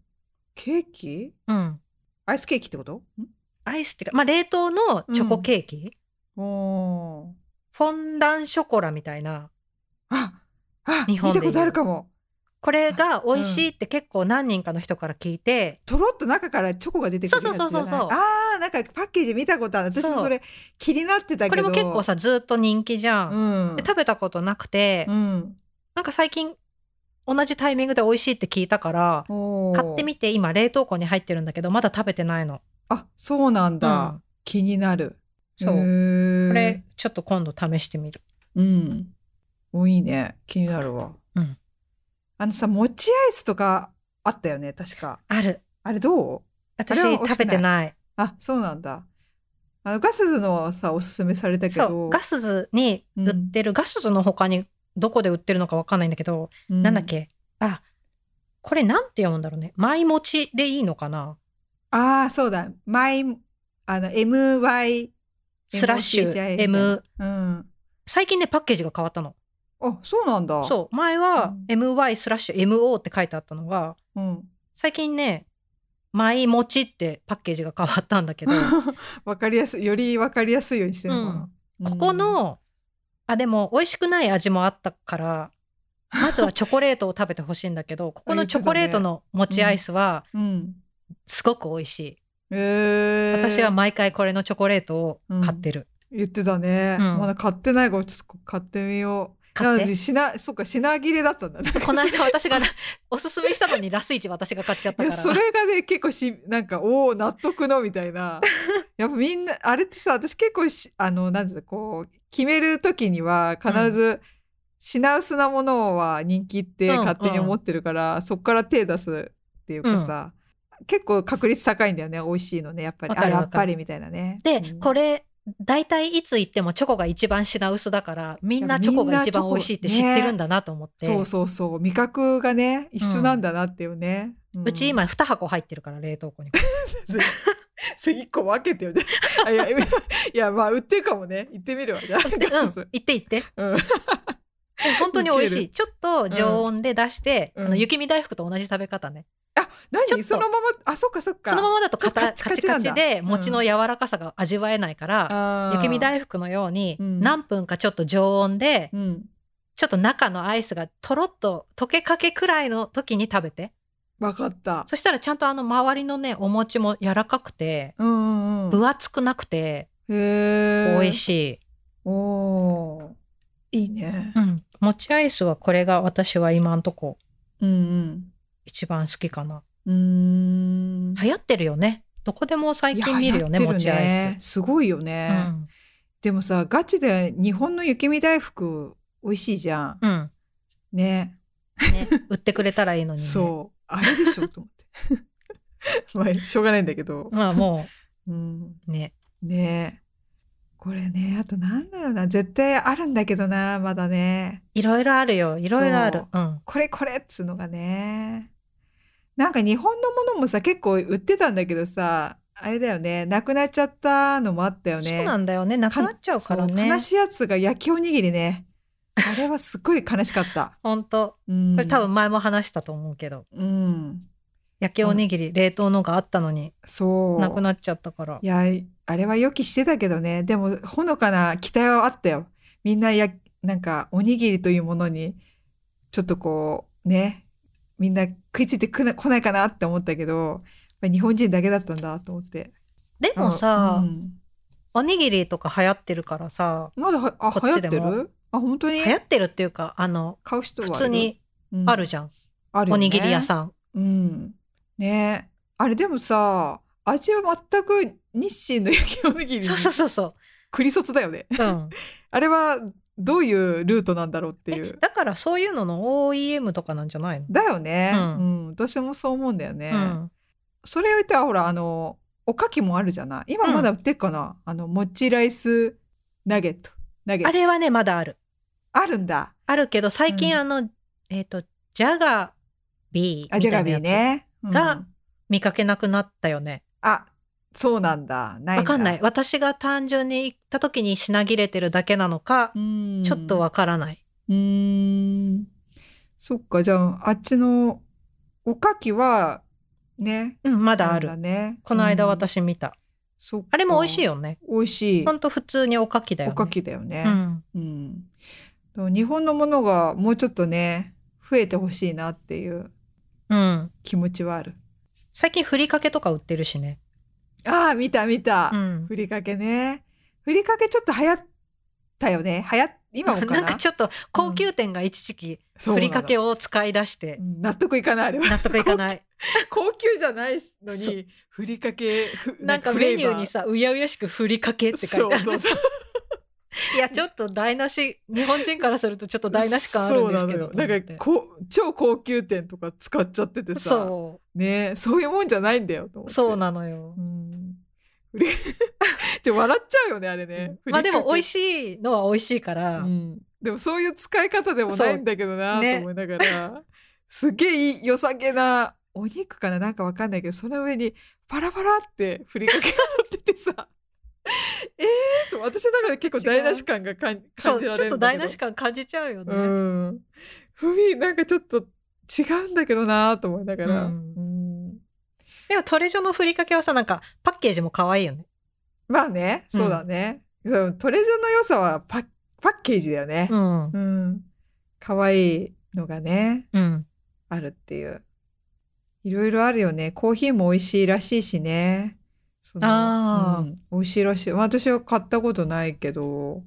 Speaker 1: ケーキ
Speaker 2: うん
Speaker 1: アイスケーキってことん
Speaker 2: アイスっていうかまあ冷凍のチョコケーキ、
Speaker 1: おー
Speaker 2: フォンダンショコラみたいな
Speaker 1: ああ
Speaker 2: 日本
Speaker 1: 見
Speaker 2: で
Speaker 1: た
Speaker 2: 言う
Speaker 1: ことあるかも
Speaker 2: これが美味しいって結構何人かの人から聞いて、
Speaker 1: とろっと中からチョコが出てくるやつじゃない
Speaker 2: そうそうそうそう
Speaker 1: あーなんかパッケージ見たことある私も
Speaker 2: そう
Speaker 1: それ気になってた
Speaker 2: こ
Speaker 1: け
Speaker 2: れ
Speaker 1: ど
Speaker 2: も結構さずっと人気じゃん、
Speaker 1: うん
Speaker 2: で食べたことなくて、
Speaker 1: うん
Speaker 2: なんか最近同じタイミングで美味しいって聞いたから
Speaker 1: おー
Speaker 2: 買ってみて今冷凍庫に入ってるんだけどまだ食べてないの、
Speaker 1: あそうなんだ、
Speaker 2: うん
Speaker 1: 気になる
Speaker 2: そ
Speaker 1: へ
Speaker 2: う
Speaker 1: ー
Speaker 2: これちょっと今度試してみる
Speaker 1: うんおいいね気になるわ、
Speaker 2: うん
Speaker 1: あのさ餅アイスとかあったよね確か
Speaker 2: ある
Speaker 1: あれどう
Speaker 2: 私
Speaker 1: あれは美味しくない
Speaker 2: 食べてない
Speaker 1: あそうなんだあのガスズのさおすすめされたけ
Speaker 2: そ
Speaker 1: ど
Speaker 2: うガスズに売ってる、ガスズの他にどこで売ってるのかわかんないんだけど、
Speaker 1: う
Speaker 2: なんだっけあこれなんて読むんだろうねマイモチでいいのかな
Speaker 1: ああ、そうだ。マイ、あの、MY、
Speaker 2: スラッシ
Speaker 1: MOCHI み
Speaker 2: ュ
Speaker 1: たいな
Speaker 2: M
Speaker 1: うん。
Speaker 2: 最近ねパッケージが変わったの
Speaker 1: あ、そうなんだ。
Speaker 2: そう前は
Speaker 1: う
Speaker 2: MY スラッシュ MO って書いてあったのが
Speaker 1: う。うん。
Speaker 2: 最近ね「マイモチ」ってパッケージが変わったんだ けど
Speaker 1: わかりやすい、よりわかりやすいようにしてるのかな。
Speaker 2: ここのあでも美味しくない味もあったからまずはチョコレートを食べてほしいんだけどここのチョコレートの餅アイスは
Speaker 1: うん、うん。
Speaker 2: すごく美味しい、
Speaker 1: えー、
Speaker 2: 私は毎回これのチョコレートを買ってる、
Speaker 1: 言ってたね、
Speaker 2: うん
Speaker 1: まだ買ってないからちょっと買ってみよう
Speaker 2: 買って
Speaker 1: なので品そっか品切れだったんだね
Speaker 2: この間私がおすすめしたのにラスイチ私が買っちゃっ
Speaker 1: い
Speaker 2: た
Speaker 1: や
Speaker 2: から
Speaker 1: それがね結構しなんかおお納得のみたい なやっぱみんなあれってさ私結構しあのなんていうのこう決める時には必ず品薄なものは人気って
Speaker 2: うん
Speaker 1: 勝手に思ってるから、そっから手出すっていうかさ、結構確率高いんだよね美味しいのねやっぱり
Speaker 2: わか
Speaker 1: あ
Speaker 2: る
Speaker 1: や
Speaker 2: わかる
Speaker 1: っぱりみたいなね
Speaker 2: で、
Speaker 1: うん
Speaker 2: これ大体いつ行ってもチョコが一番品薄だからみんなチョコが一番美味しいって知ってるんだなと思って、
Speaker 1: そうそうそう味覚がね一緒なんだなっていうね、ん
Speaker 2: うち今2箱入ってるから冷凍庫に
Speaker 1: それ一個分けてよねあいやいやいやまあ売ってるかもね行ってみるわじゃあ
Speaker 2: でうん行って行って
Speaker 1: うん
Speaker 2: 本当に美味し
Speaker 1: ウケ
Speaker 2: いちょっと常温で出して、
Speaker 1: うん
Speaker 2: あの雪見大福と同じ食べ方ね
Speaker 1: あ、
Speaker 2: ちょっ
Speaker 1: 何
Speaker 2: と
Speaker 1: そのまま、あ、そっかそっか。
Speaker 2: そのままだとカ
Speaker 1: ちょ
Speaker 2: タカ
Speaker 1: っとカ
Speaker 2: チ
Speaker 1: チカチな
Speaker 2: カ
Speaker 1: んだ
Speaker 2: チで餅の柔らかさが味わえないから、
Speaker 1: ま
Speaker 2: 雪見大福のように
Speaker 1: うん
Speaker 2: 何分かちょっと常温で、
Speaker 1: うん。
Speaker 2: ちょっと中のアイスがとろっと溶けかけくらいの時に食べて
Speaker 1: わかった。
Speaker 2: そしたらちゃんとあの周りのねお餅も柔らかくて
Speaker 1: うんうんうん。
Speaker 2: 分厚くなくて
Speaker 1: へ
Speaker 2: 美味
Speaker 1: い。
Speaker 2: しい、
Speaker 1: おーいいね。
Speaker 2: うん、餅アイスはこれが私は今んとこ
Speaker 1: うん
Speaker 2: 一番好きかな
Speaker 1: うん。うーん。
Speaker 2: 流行ってるよねどこでも最近見るよね
Speaker 1: いや
Speaker 2: 餅アイ。
Speaker 1: ス。すごいよ
Speaker 2: ス、う
Speaker 1: ね。
Speaker 2: ん
Speaker 1: でもさ、ガチで日本の雪見大福美味しいじゃん。
Speaker 2: うん
Speaker 1: ね。
Speaker 2: ね、売ってくれたらいいのに、ね、
Speaker 1: そう。あれでしょと思って。 まあ、しょうがないんだけど。
Speaker 2: まあも
Speaker 1: うん。
Speaker 2: うね
Speaker 1: ねえこれねあとなんだろうな絶対あるんだけどなまだね
Speaker 2: いろいろあるよいろいろある、
Speaker 1: そう
Speaker 2: ん、
Speaker 1: これこれっつうのがねなんか日本のものもさ結構売ってたんだけどさあれだよねなくなっちゃったのもあったよね
Speaker 2: そうなんだよねなくなっちゃうから
Speaker 1: そう
Speaker 2: ね
Speaker 1: 悲しいやつが焼きおにぎりねあれはすっごい悲しかった
Speaker 2: 本当
Speaker 1: うん
Speaker 2: これ多分前も話したと思うけど、
Speaker 1: うん
Speaker 2: 焼きおにぎり、冷凍のがあったのに
Speaker 1: そう
Speaker 2: なくなっちゃったから
Speaker 1: いやあれは予期してたけどねでもほのかな期待はあったよみんなやなんかおにぎりというものにちょっとこうねみんな食いついてくな来ないかなって思ったけどやっぱ日本人だけだったんだと思って
Speaker 2: でもさ、
Speaker 1: うん
Speaker 2: おにぎりとか流行ってるからさ
Speaker 1: まだはあ
Speaker 2: こ
Speaker 1: 流
Speaker 2: っ
Speaker 1: 行
Speaker 2: ち
Speaker 1: って
Speaker 2: でも
Speaker 1: るあ本当に
Speaker 2: 流行ってるっていうかあの
Speaker 1: 買う人は
Speaker 2: 普通にあるじゃん、
Speaker 1: ゃん、
Speaker 2: おにぎり屋
Speaker 1: ん
Speaker 2: さん
Speaker 1: うんねあれでもさ味は全く日清の焼きおにぎり
Speaker 2: そ うそうそうそ
Speaker 1: 栗卒だよね
Speaker 2: う、うん、
Speaker 1: あれはどういうルートなんだろうってい
Speaker 2: え
Speaker 1: う。
Speaker 2: だからそういうのの OEM とかなんじゃないの、
Speaker 1: だよね、
Speaker 2: う
Speaker 1: うんん私もそう思うんだよね。
Speaker 2: うん、
Speaker 1: それを言ったらほらあのおかきもあるじゃない今まだ売ってっかな、あのもちライスナゲットナゲット
Speaker 2: あれはねまだある
Speaker 1: あるんだ
Speaker 2: あるけど最近、
Speaker 1: うん
Speaker 2: あのえっ、とジャガビー
Speaker 1: あ
Speaker 2: み
Speaker 1: ジャ
Speaker 2: た
Speaker 1: ガ
Speaker 2: い
Speaker 1: ビー
Speaker 2: なやつ、
Speaker 1: ね。うん
Speaker 2: が見かけなくなったよね
Speaker 1: あそうなんだないんだ
Speaker 2: わかんない私が単純に行った時に品切れてるだけなのか、
Speaker 1: うん
Speaker 2: ちょっとわからないう
Speaker 1: ーんそっかじゃああっちのおかきはね
Speaker 2: うんまだある
Speaker 1: んね
Speaker 2: この間
Speaker 1: うん
Speaker 2: 私見た、
Speaker 1: そっか
Speaker 2: あれも美味しいよね
Speaker 1: 美味しい
Speaker 2: ほんと普通におかきだよ
Speaker 1: お
Speaker 2: ね
Speaker 1: かきだよね、
Speaker 2: うん
Speaker 1: うん、でも日本のものがもうちょっとね増えてほしいなっていう
Speaker 2: うん
Speaker 1: 気持ちはある
Speaker 2: 最近ふりかけとか売ってるしね
Speaker 1: ああ見た見た、
Speaker 2: うん
Speaker 1: ふりかけねふりかけちょっと流行ったよね流行っ今もかな
Speaker 2: なんかちょっと高級店が一時期
Speaker 1: そうな
Speaker 2: ふ
Speaker 1: の
Speaker 2: りかけを使い出して
Speaker 1: うん納得いかない あれは
Speaker 2: 納得いか ない
Speaker 1: 高級じゃないの
Speaker 2: そう
Speaker 1: にふりかけふ
Speaker 2: なんか
Speaker 1: フレ
Speaker 2: メニューに
Speaker 1: バ
Speaker 2: さうやうやしくふりかけって書いてある
Speaker 1: そうそうそう
Speaker 2: いやちょっと台無し日本人からするとちょっと 台無し感あるんですけど
Speaker 1: そうなのよなんかこう超高級店とか使っちゃっててさ
Speaker 2: そ
Speaker 1: ねそういうもんじゃないんだよと思っ
Speaker 2: う
Speaker 1: て
Speaker 2: そうなのよ
Speaker 1: う、ん。ふり ちょ笑っちゃうよねあれね。
Speaker 2: まあでも美味
Speaker 1: しい、
Speaker 2: しいのは美味しいから、
Speaker 1: うんでもそういう使い方でもないんだけどな
Speaker 2: そ
Speaker 1: と
Speaker 2: うね
Speaker 1: 思いながら、 すげえいい良さげなお肉かななんかわかんないけどその上にパラパラってふりかけが乗っててさ えーと私の中で結構台無し感がかん感
Speaker 2: そう
Speaker 1: じ
Speaker 2: ち
Speaker 1: られるんだけど
Speaker 2: ょっと台無し感感じちゃうよね、
Speaker 1: うんふみなんかちょっと違うんだけどなと思いながら、
Speaker 2: うん
Speaker 1: うん
Speaker 2: でもトレジョのふりかけはさなんかパッケージも可愛いよね
Speaker 1: まあね、
Speaker 2: うん
Speaker 1: そうだね。うん、トレジョの良さはパッパッケージだよね
Speaker 2: う。ん
Speaker 1: うん。可愛いのがね、
Speaker 2: うん
Speaker 1: あるっていう。いろいろあるよね。コーヒーも美味しいらしいしね。その
Speaker 2: あー
Speaker 1: うん美味しいらしい。私は買ったことないけど、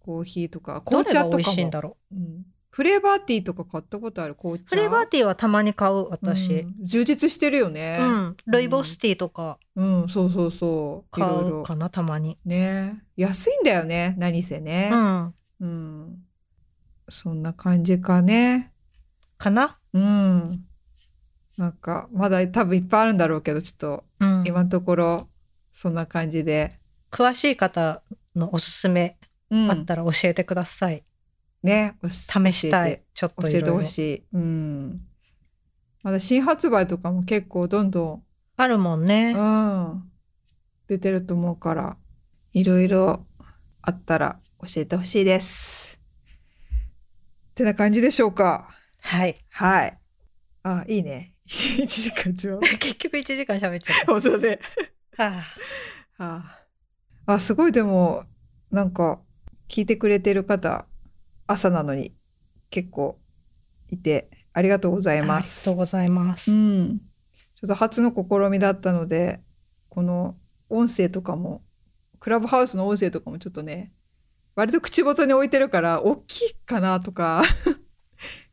Speaker 1: コーヒーとか、
Speaker 2: ど
Speaker 1: 紅
Speaker 2: れ
Speaker 1: 茶
Speaker 2: が
Speaker 1: と
Speaker 2: 美
Speaker 1: か
Speaker 2: 味
Speaker 1: も。
Speaker 2: しいんだろ
Speaker 1: うんフレーバーティーとか買ったことある紅
Speaker 2: う
Speaker 1: 茶。
Speaker 2: フレーバーティーはたまに買う私
Speaker 1: うん充実してるよね
Speaker 2: う。ん、ルイボスティーとか
Speaker 1: うん、そうそうそう。い
Speaker 2: 買
Speaker 1: ろいうろ
Speaker 2: か。なたまに
Speaker 1: ね安いんだよね何せね
Speaker 2: う、ん
Speaker 1: うんそんな感じかね
Speaker 2: かな
Speaker 1: うんなんかまだ多分いっぱいあるんだろうけどちょっと
Speaker 2: うん
Speaker 1: 今のところそんな感じで、
Speaker 2: 詳しい方のおすすめ
Speaker 1: うん
Speaker 2: あったら教えてください、
Speaker 1: ねお
Speaker 2: 試したいちょっ
Speaker 1: 教
Speaker 2: と
Speaker 1: え
Speaker 2: い
Speaker 1: て教え
Speaker 2: ろい
Speaker 1: て
Speaker 2: ろ
Speaker 1: ほしい、うん、まだ新発売とかも結構どんどん
Speaker 2: あるもんね、
Speaker 1: うん、出てると思うからいろいろあったら教えてほしいです。ってな感じでしょうか。
Speaker 2: はい
Speaker 1: はい。あ、いいね。1時 間ちょう
Speaker 2: 結局1時間喋っちゃっ
Speaker 1: 本当で。
Speaker 2: た、はあ
Speaker 1: ああ、すごいでも、なんか、聞いてくれてる方、朝なのに結構いて、ありがとうございま
Speaker 2: ありが
Speaker 1: す
Speaker 2: とう。ございます、
Speaker 1: うん、ちょっと初の試みだったのでこの音声とかもクラブハウスの音声とかもちょっとね割と口元に置いてるから大きいかなとか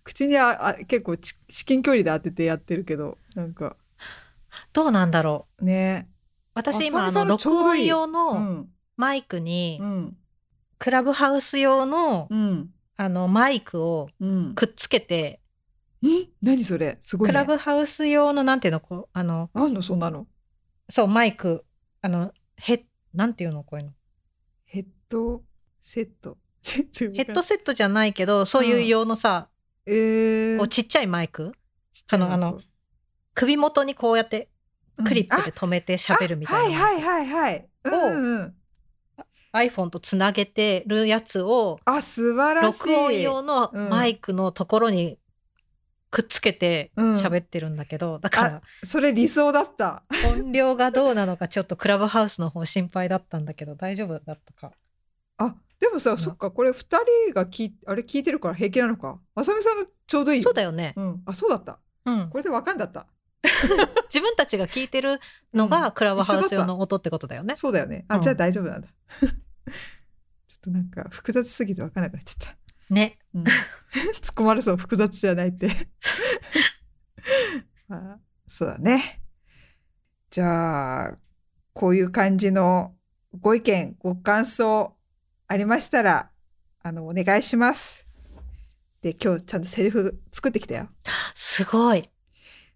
Speaker 1: 口にああ結構ち至近距離で当ててやってるけどなんか
Speaker 2: どうなんだろう
Speaker 1: ね
Speaker 2: 私
Speaker 1: あ
Speaker 2: 今あ
Speaker 1: そ
Speaker 2: の
Speaker 1: ろそろち
Speaker 2: 録
Speaker 1: ょうどい
Speaker 2: 音
Speaker 1: い
Speaker 2: 用
Speaker 1: う
Speaker 2: の
Speaker 1: ん
Speaker 2: マイクに
Speaker 1: うん
Speaker 2: クラブハウス用の
Speaker 1: うん
Speaker 2: あのマイクを
Speaker 1: うん
Speaker 2: くっつけて
Speaker 1: ん何それすごい、
Speaker 2: ク
Speaker 1: ね、
Speaker 2: ラブハウス用のなんていうのこうあの
Speaker 1: あんのそんなの
Speaker 2: そうマイクあのヘッなんていうのこういうの
Speaker 1: ヘッドセット ヘ
Speaker 2: ヘッドセットじゃないけどそういう用のさ、
Speaker 1: えー、
Speaker 2: こうちっちゃいマイクそのあの首元にこうやってクリップ
Speaker 1: で
Speaker 2: で止めて喋るみたいな、
Speaker 1: あはいはいはいはい。うんうん、
Speaker 2: iPhone とつなげてるやつを
Speaker 1: あ素晴らしい。
Speaker 2: 録音用のマイクのところにくっつけて
Speaker 1: うん
Speaker 2: 喋ってるんだけど、だから
Speaker 1: それ理想だった。
Speaker 2: 音量がどうなのかちょっとクラブハウスの方心配だったんだけど大丈夫だったか
Speaker 1: あでもさ、そっか、これ2人が聞いあれ聞いてるから平気なのか。あさみさんのちょうどいいよ
Speaker 2: そうだよね、
Speaker 1: うん、あそうだった。
Speaker 2: うん、
Speaker 1: これでわかんだった。
Speaker 2: 自分たちが聞いてるの
Speaker 1: う
Speaker 2: が
Speaker 1: ん
Speaker 2: クラブハウス用の音ってことだよね、
Speaker 1: そうだよね。あ、
Speaker 2: うん
Speaker 1: じゃあ大丈夫なんだ。 ちょっとなんか複雑すぎてわかんなくなっちゃった。
Speaker 2: ね
Speaker 1: うん 突っ込まれそう複雑じゃない って、まあそうだねじゃあこういう感じのご意見ご感想ありましたらあのお願いしますで今日ちゃんとセリフ作ってきたよ
Speaker 2: すごい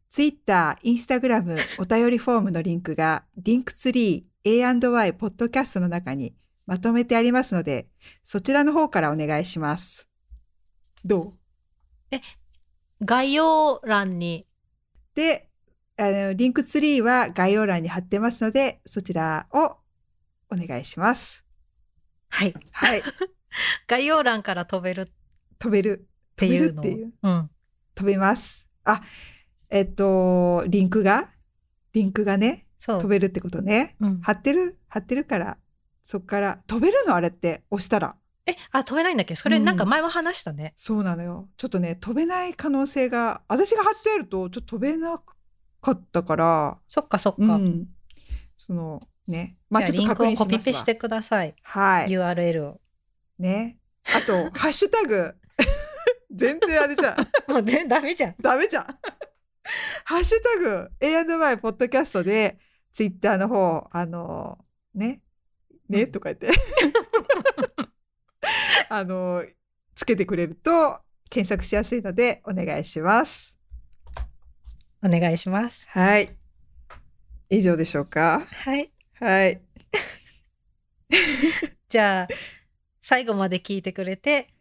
Speaker 1: ツイッター、インスタグラム、お便りフォームのリンクが、リンクツリー A&Y ポッドキャストの中にまとめてありますので、そちらの方からお願いします。どう
Speaker 2: 概要欄に
Speaker 1: で、あの、リンクツリーは概要欄に貼ってますので、そちらをお願いします。
Speaker 2: はい
Speaker 1: はい。
Speaker 2: 概要欄から飛べるっ
Speaker 1: 飛べる。
Speaker 2: て
Speaker 1: 飛べ
Speaker 2: い
Speaker 1: る
Speaker 2: うの
Speaker 1: っ
Speaker 2: を
Speaker 1: ていう。
Speaker 2: うん、
Speaker 1: 飛べます。あ、えっと、リンクがリンクがね、
Speaker 2: そう
Speaker 1: 飛べるってことね。
Speaker 2: うん
Speaker 1: 貼ってる貼ってるから、そっから、飛べるのあれって押したら。
Speaker 2: えあ飛べないんだっけそれ
Speaker 1: うん
Speaker 2: なんか前も話したね、
Speaker 1: そうなのよ。ちょっとね、飛べない可能性が、私が貼ってあると、ちょっと飛べなかったから、
Speaker 2: そっかそっか、
Speaker 1: うん。その、ね。まあち
Speaker 2: じ
Speaker 1: ょ
Speaker 2: ゃ
Speaker 1: っ
Speaker 2: あ
Speaker 1: と確認
Speaker 2: リンクを
Speaker 1: し
Speaker 2: コピ
Speaker 1: ま
Speaker 2: ペ
Speaker 1: すわ
Speaker 2: してください、
Speaker 1: はい。
Speaker 2: URL を
Speaker 1: ね。あ と、ハッシュタグ。全然あれじ ゃん。
Speaker 2: もう全然ダメじゃん
Speaker 1: ダメじゃん。ハッシュタグ A&Y ポッドキャストで、ツイッターの方、あの、ね、ね、
Speaker 2: うん
Speaker 1: とか言って、 あの、つけてくれると検索しやすいのでお願いします。
Speaker 2: お願いします
Speaker 1: はい。以上でしょうか。
Speaker 2: はい
Speaker 1: はい。
Speaker 2: じゃあ最後まで聞いてくれて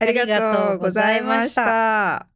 Speaker 1: ありがとうございました。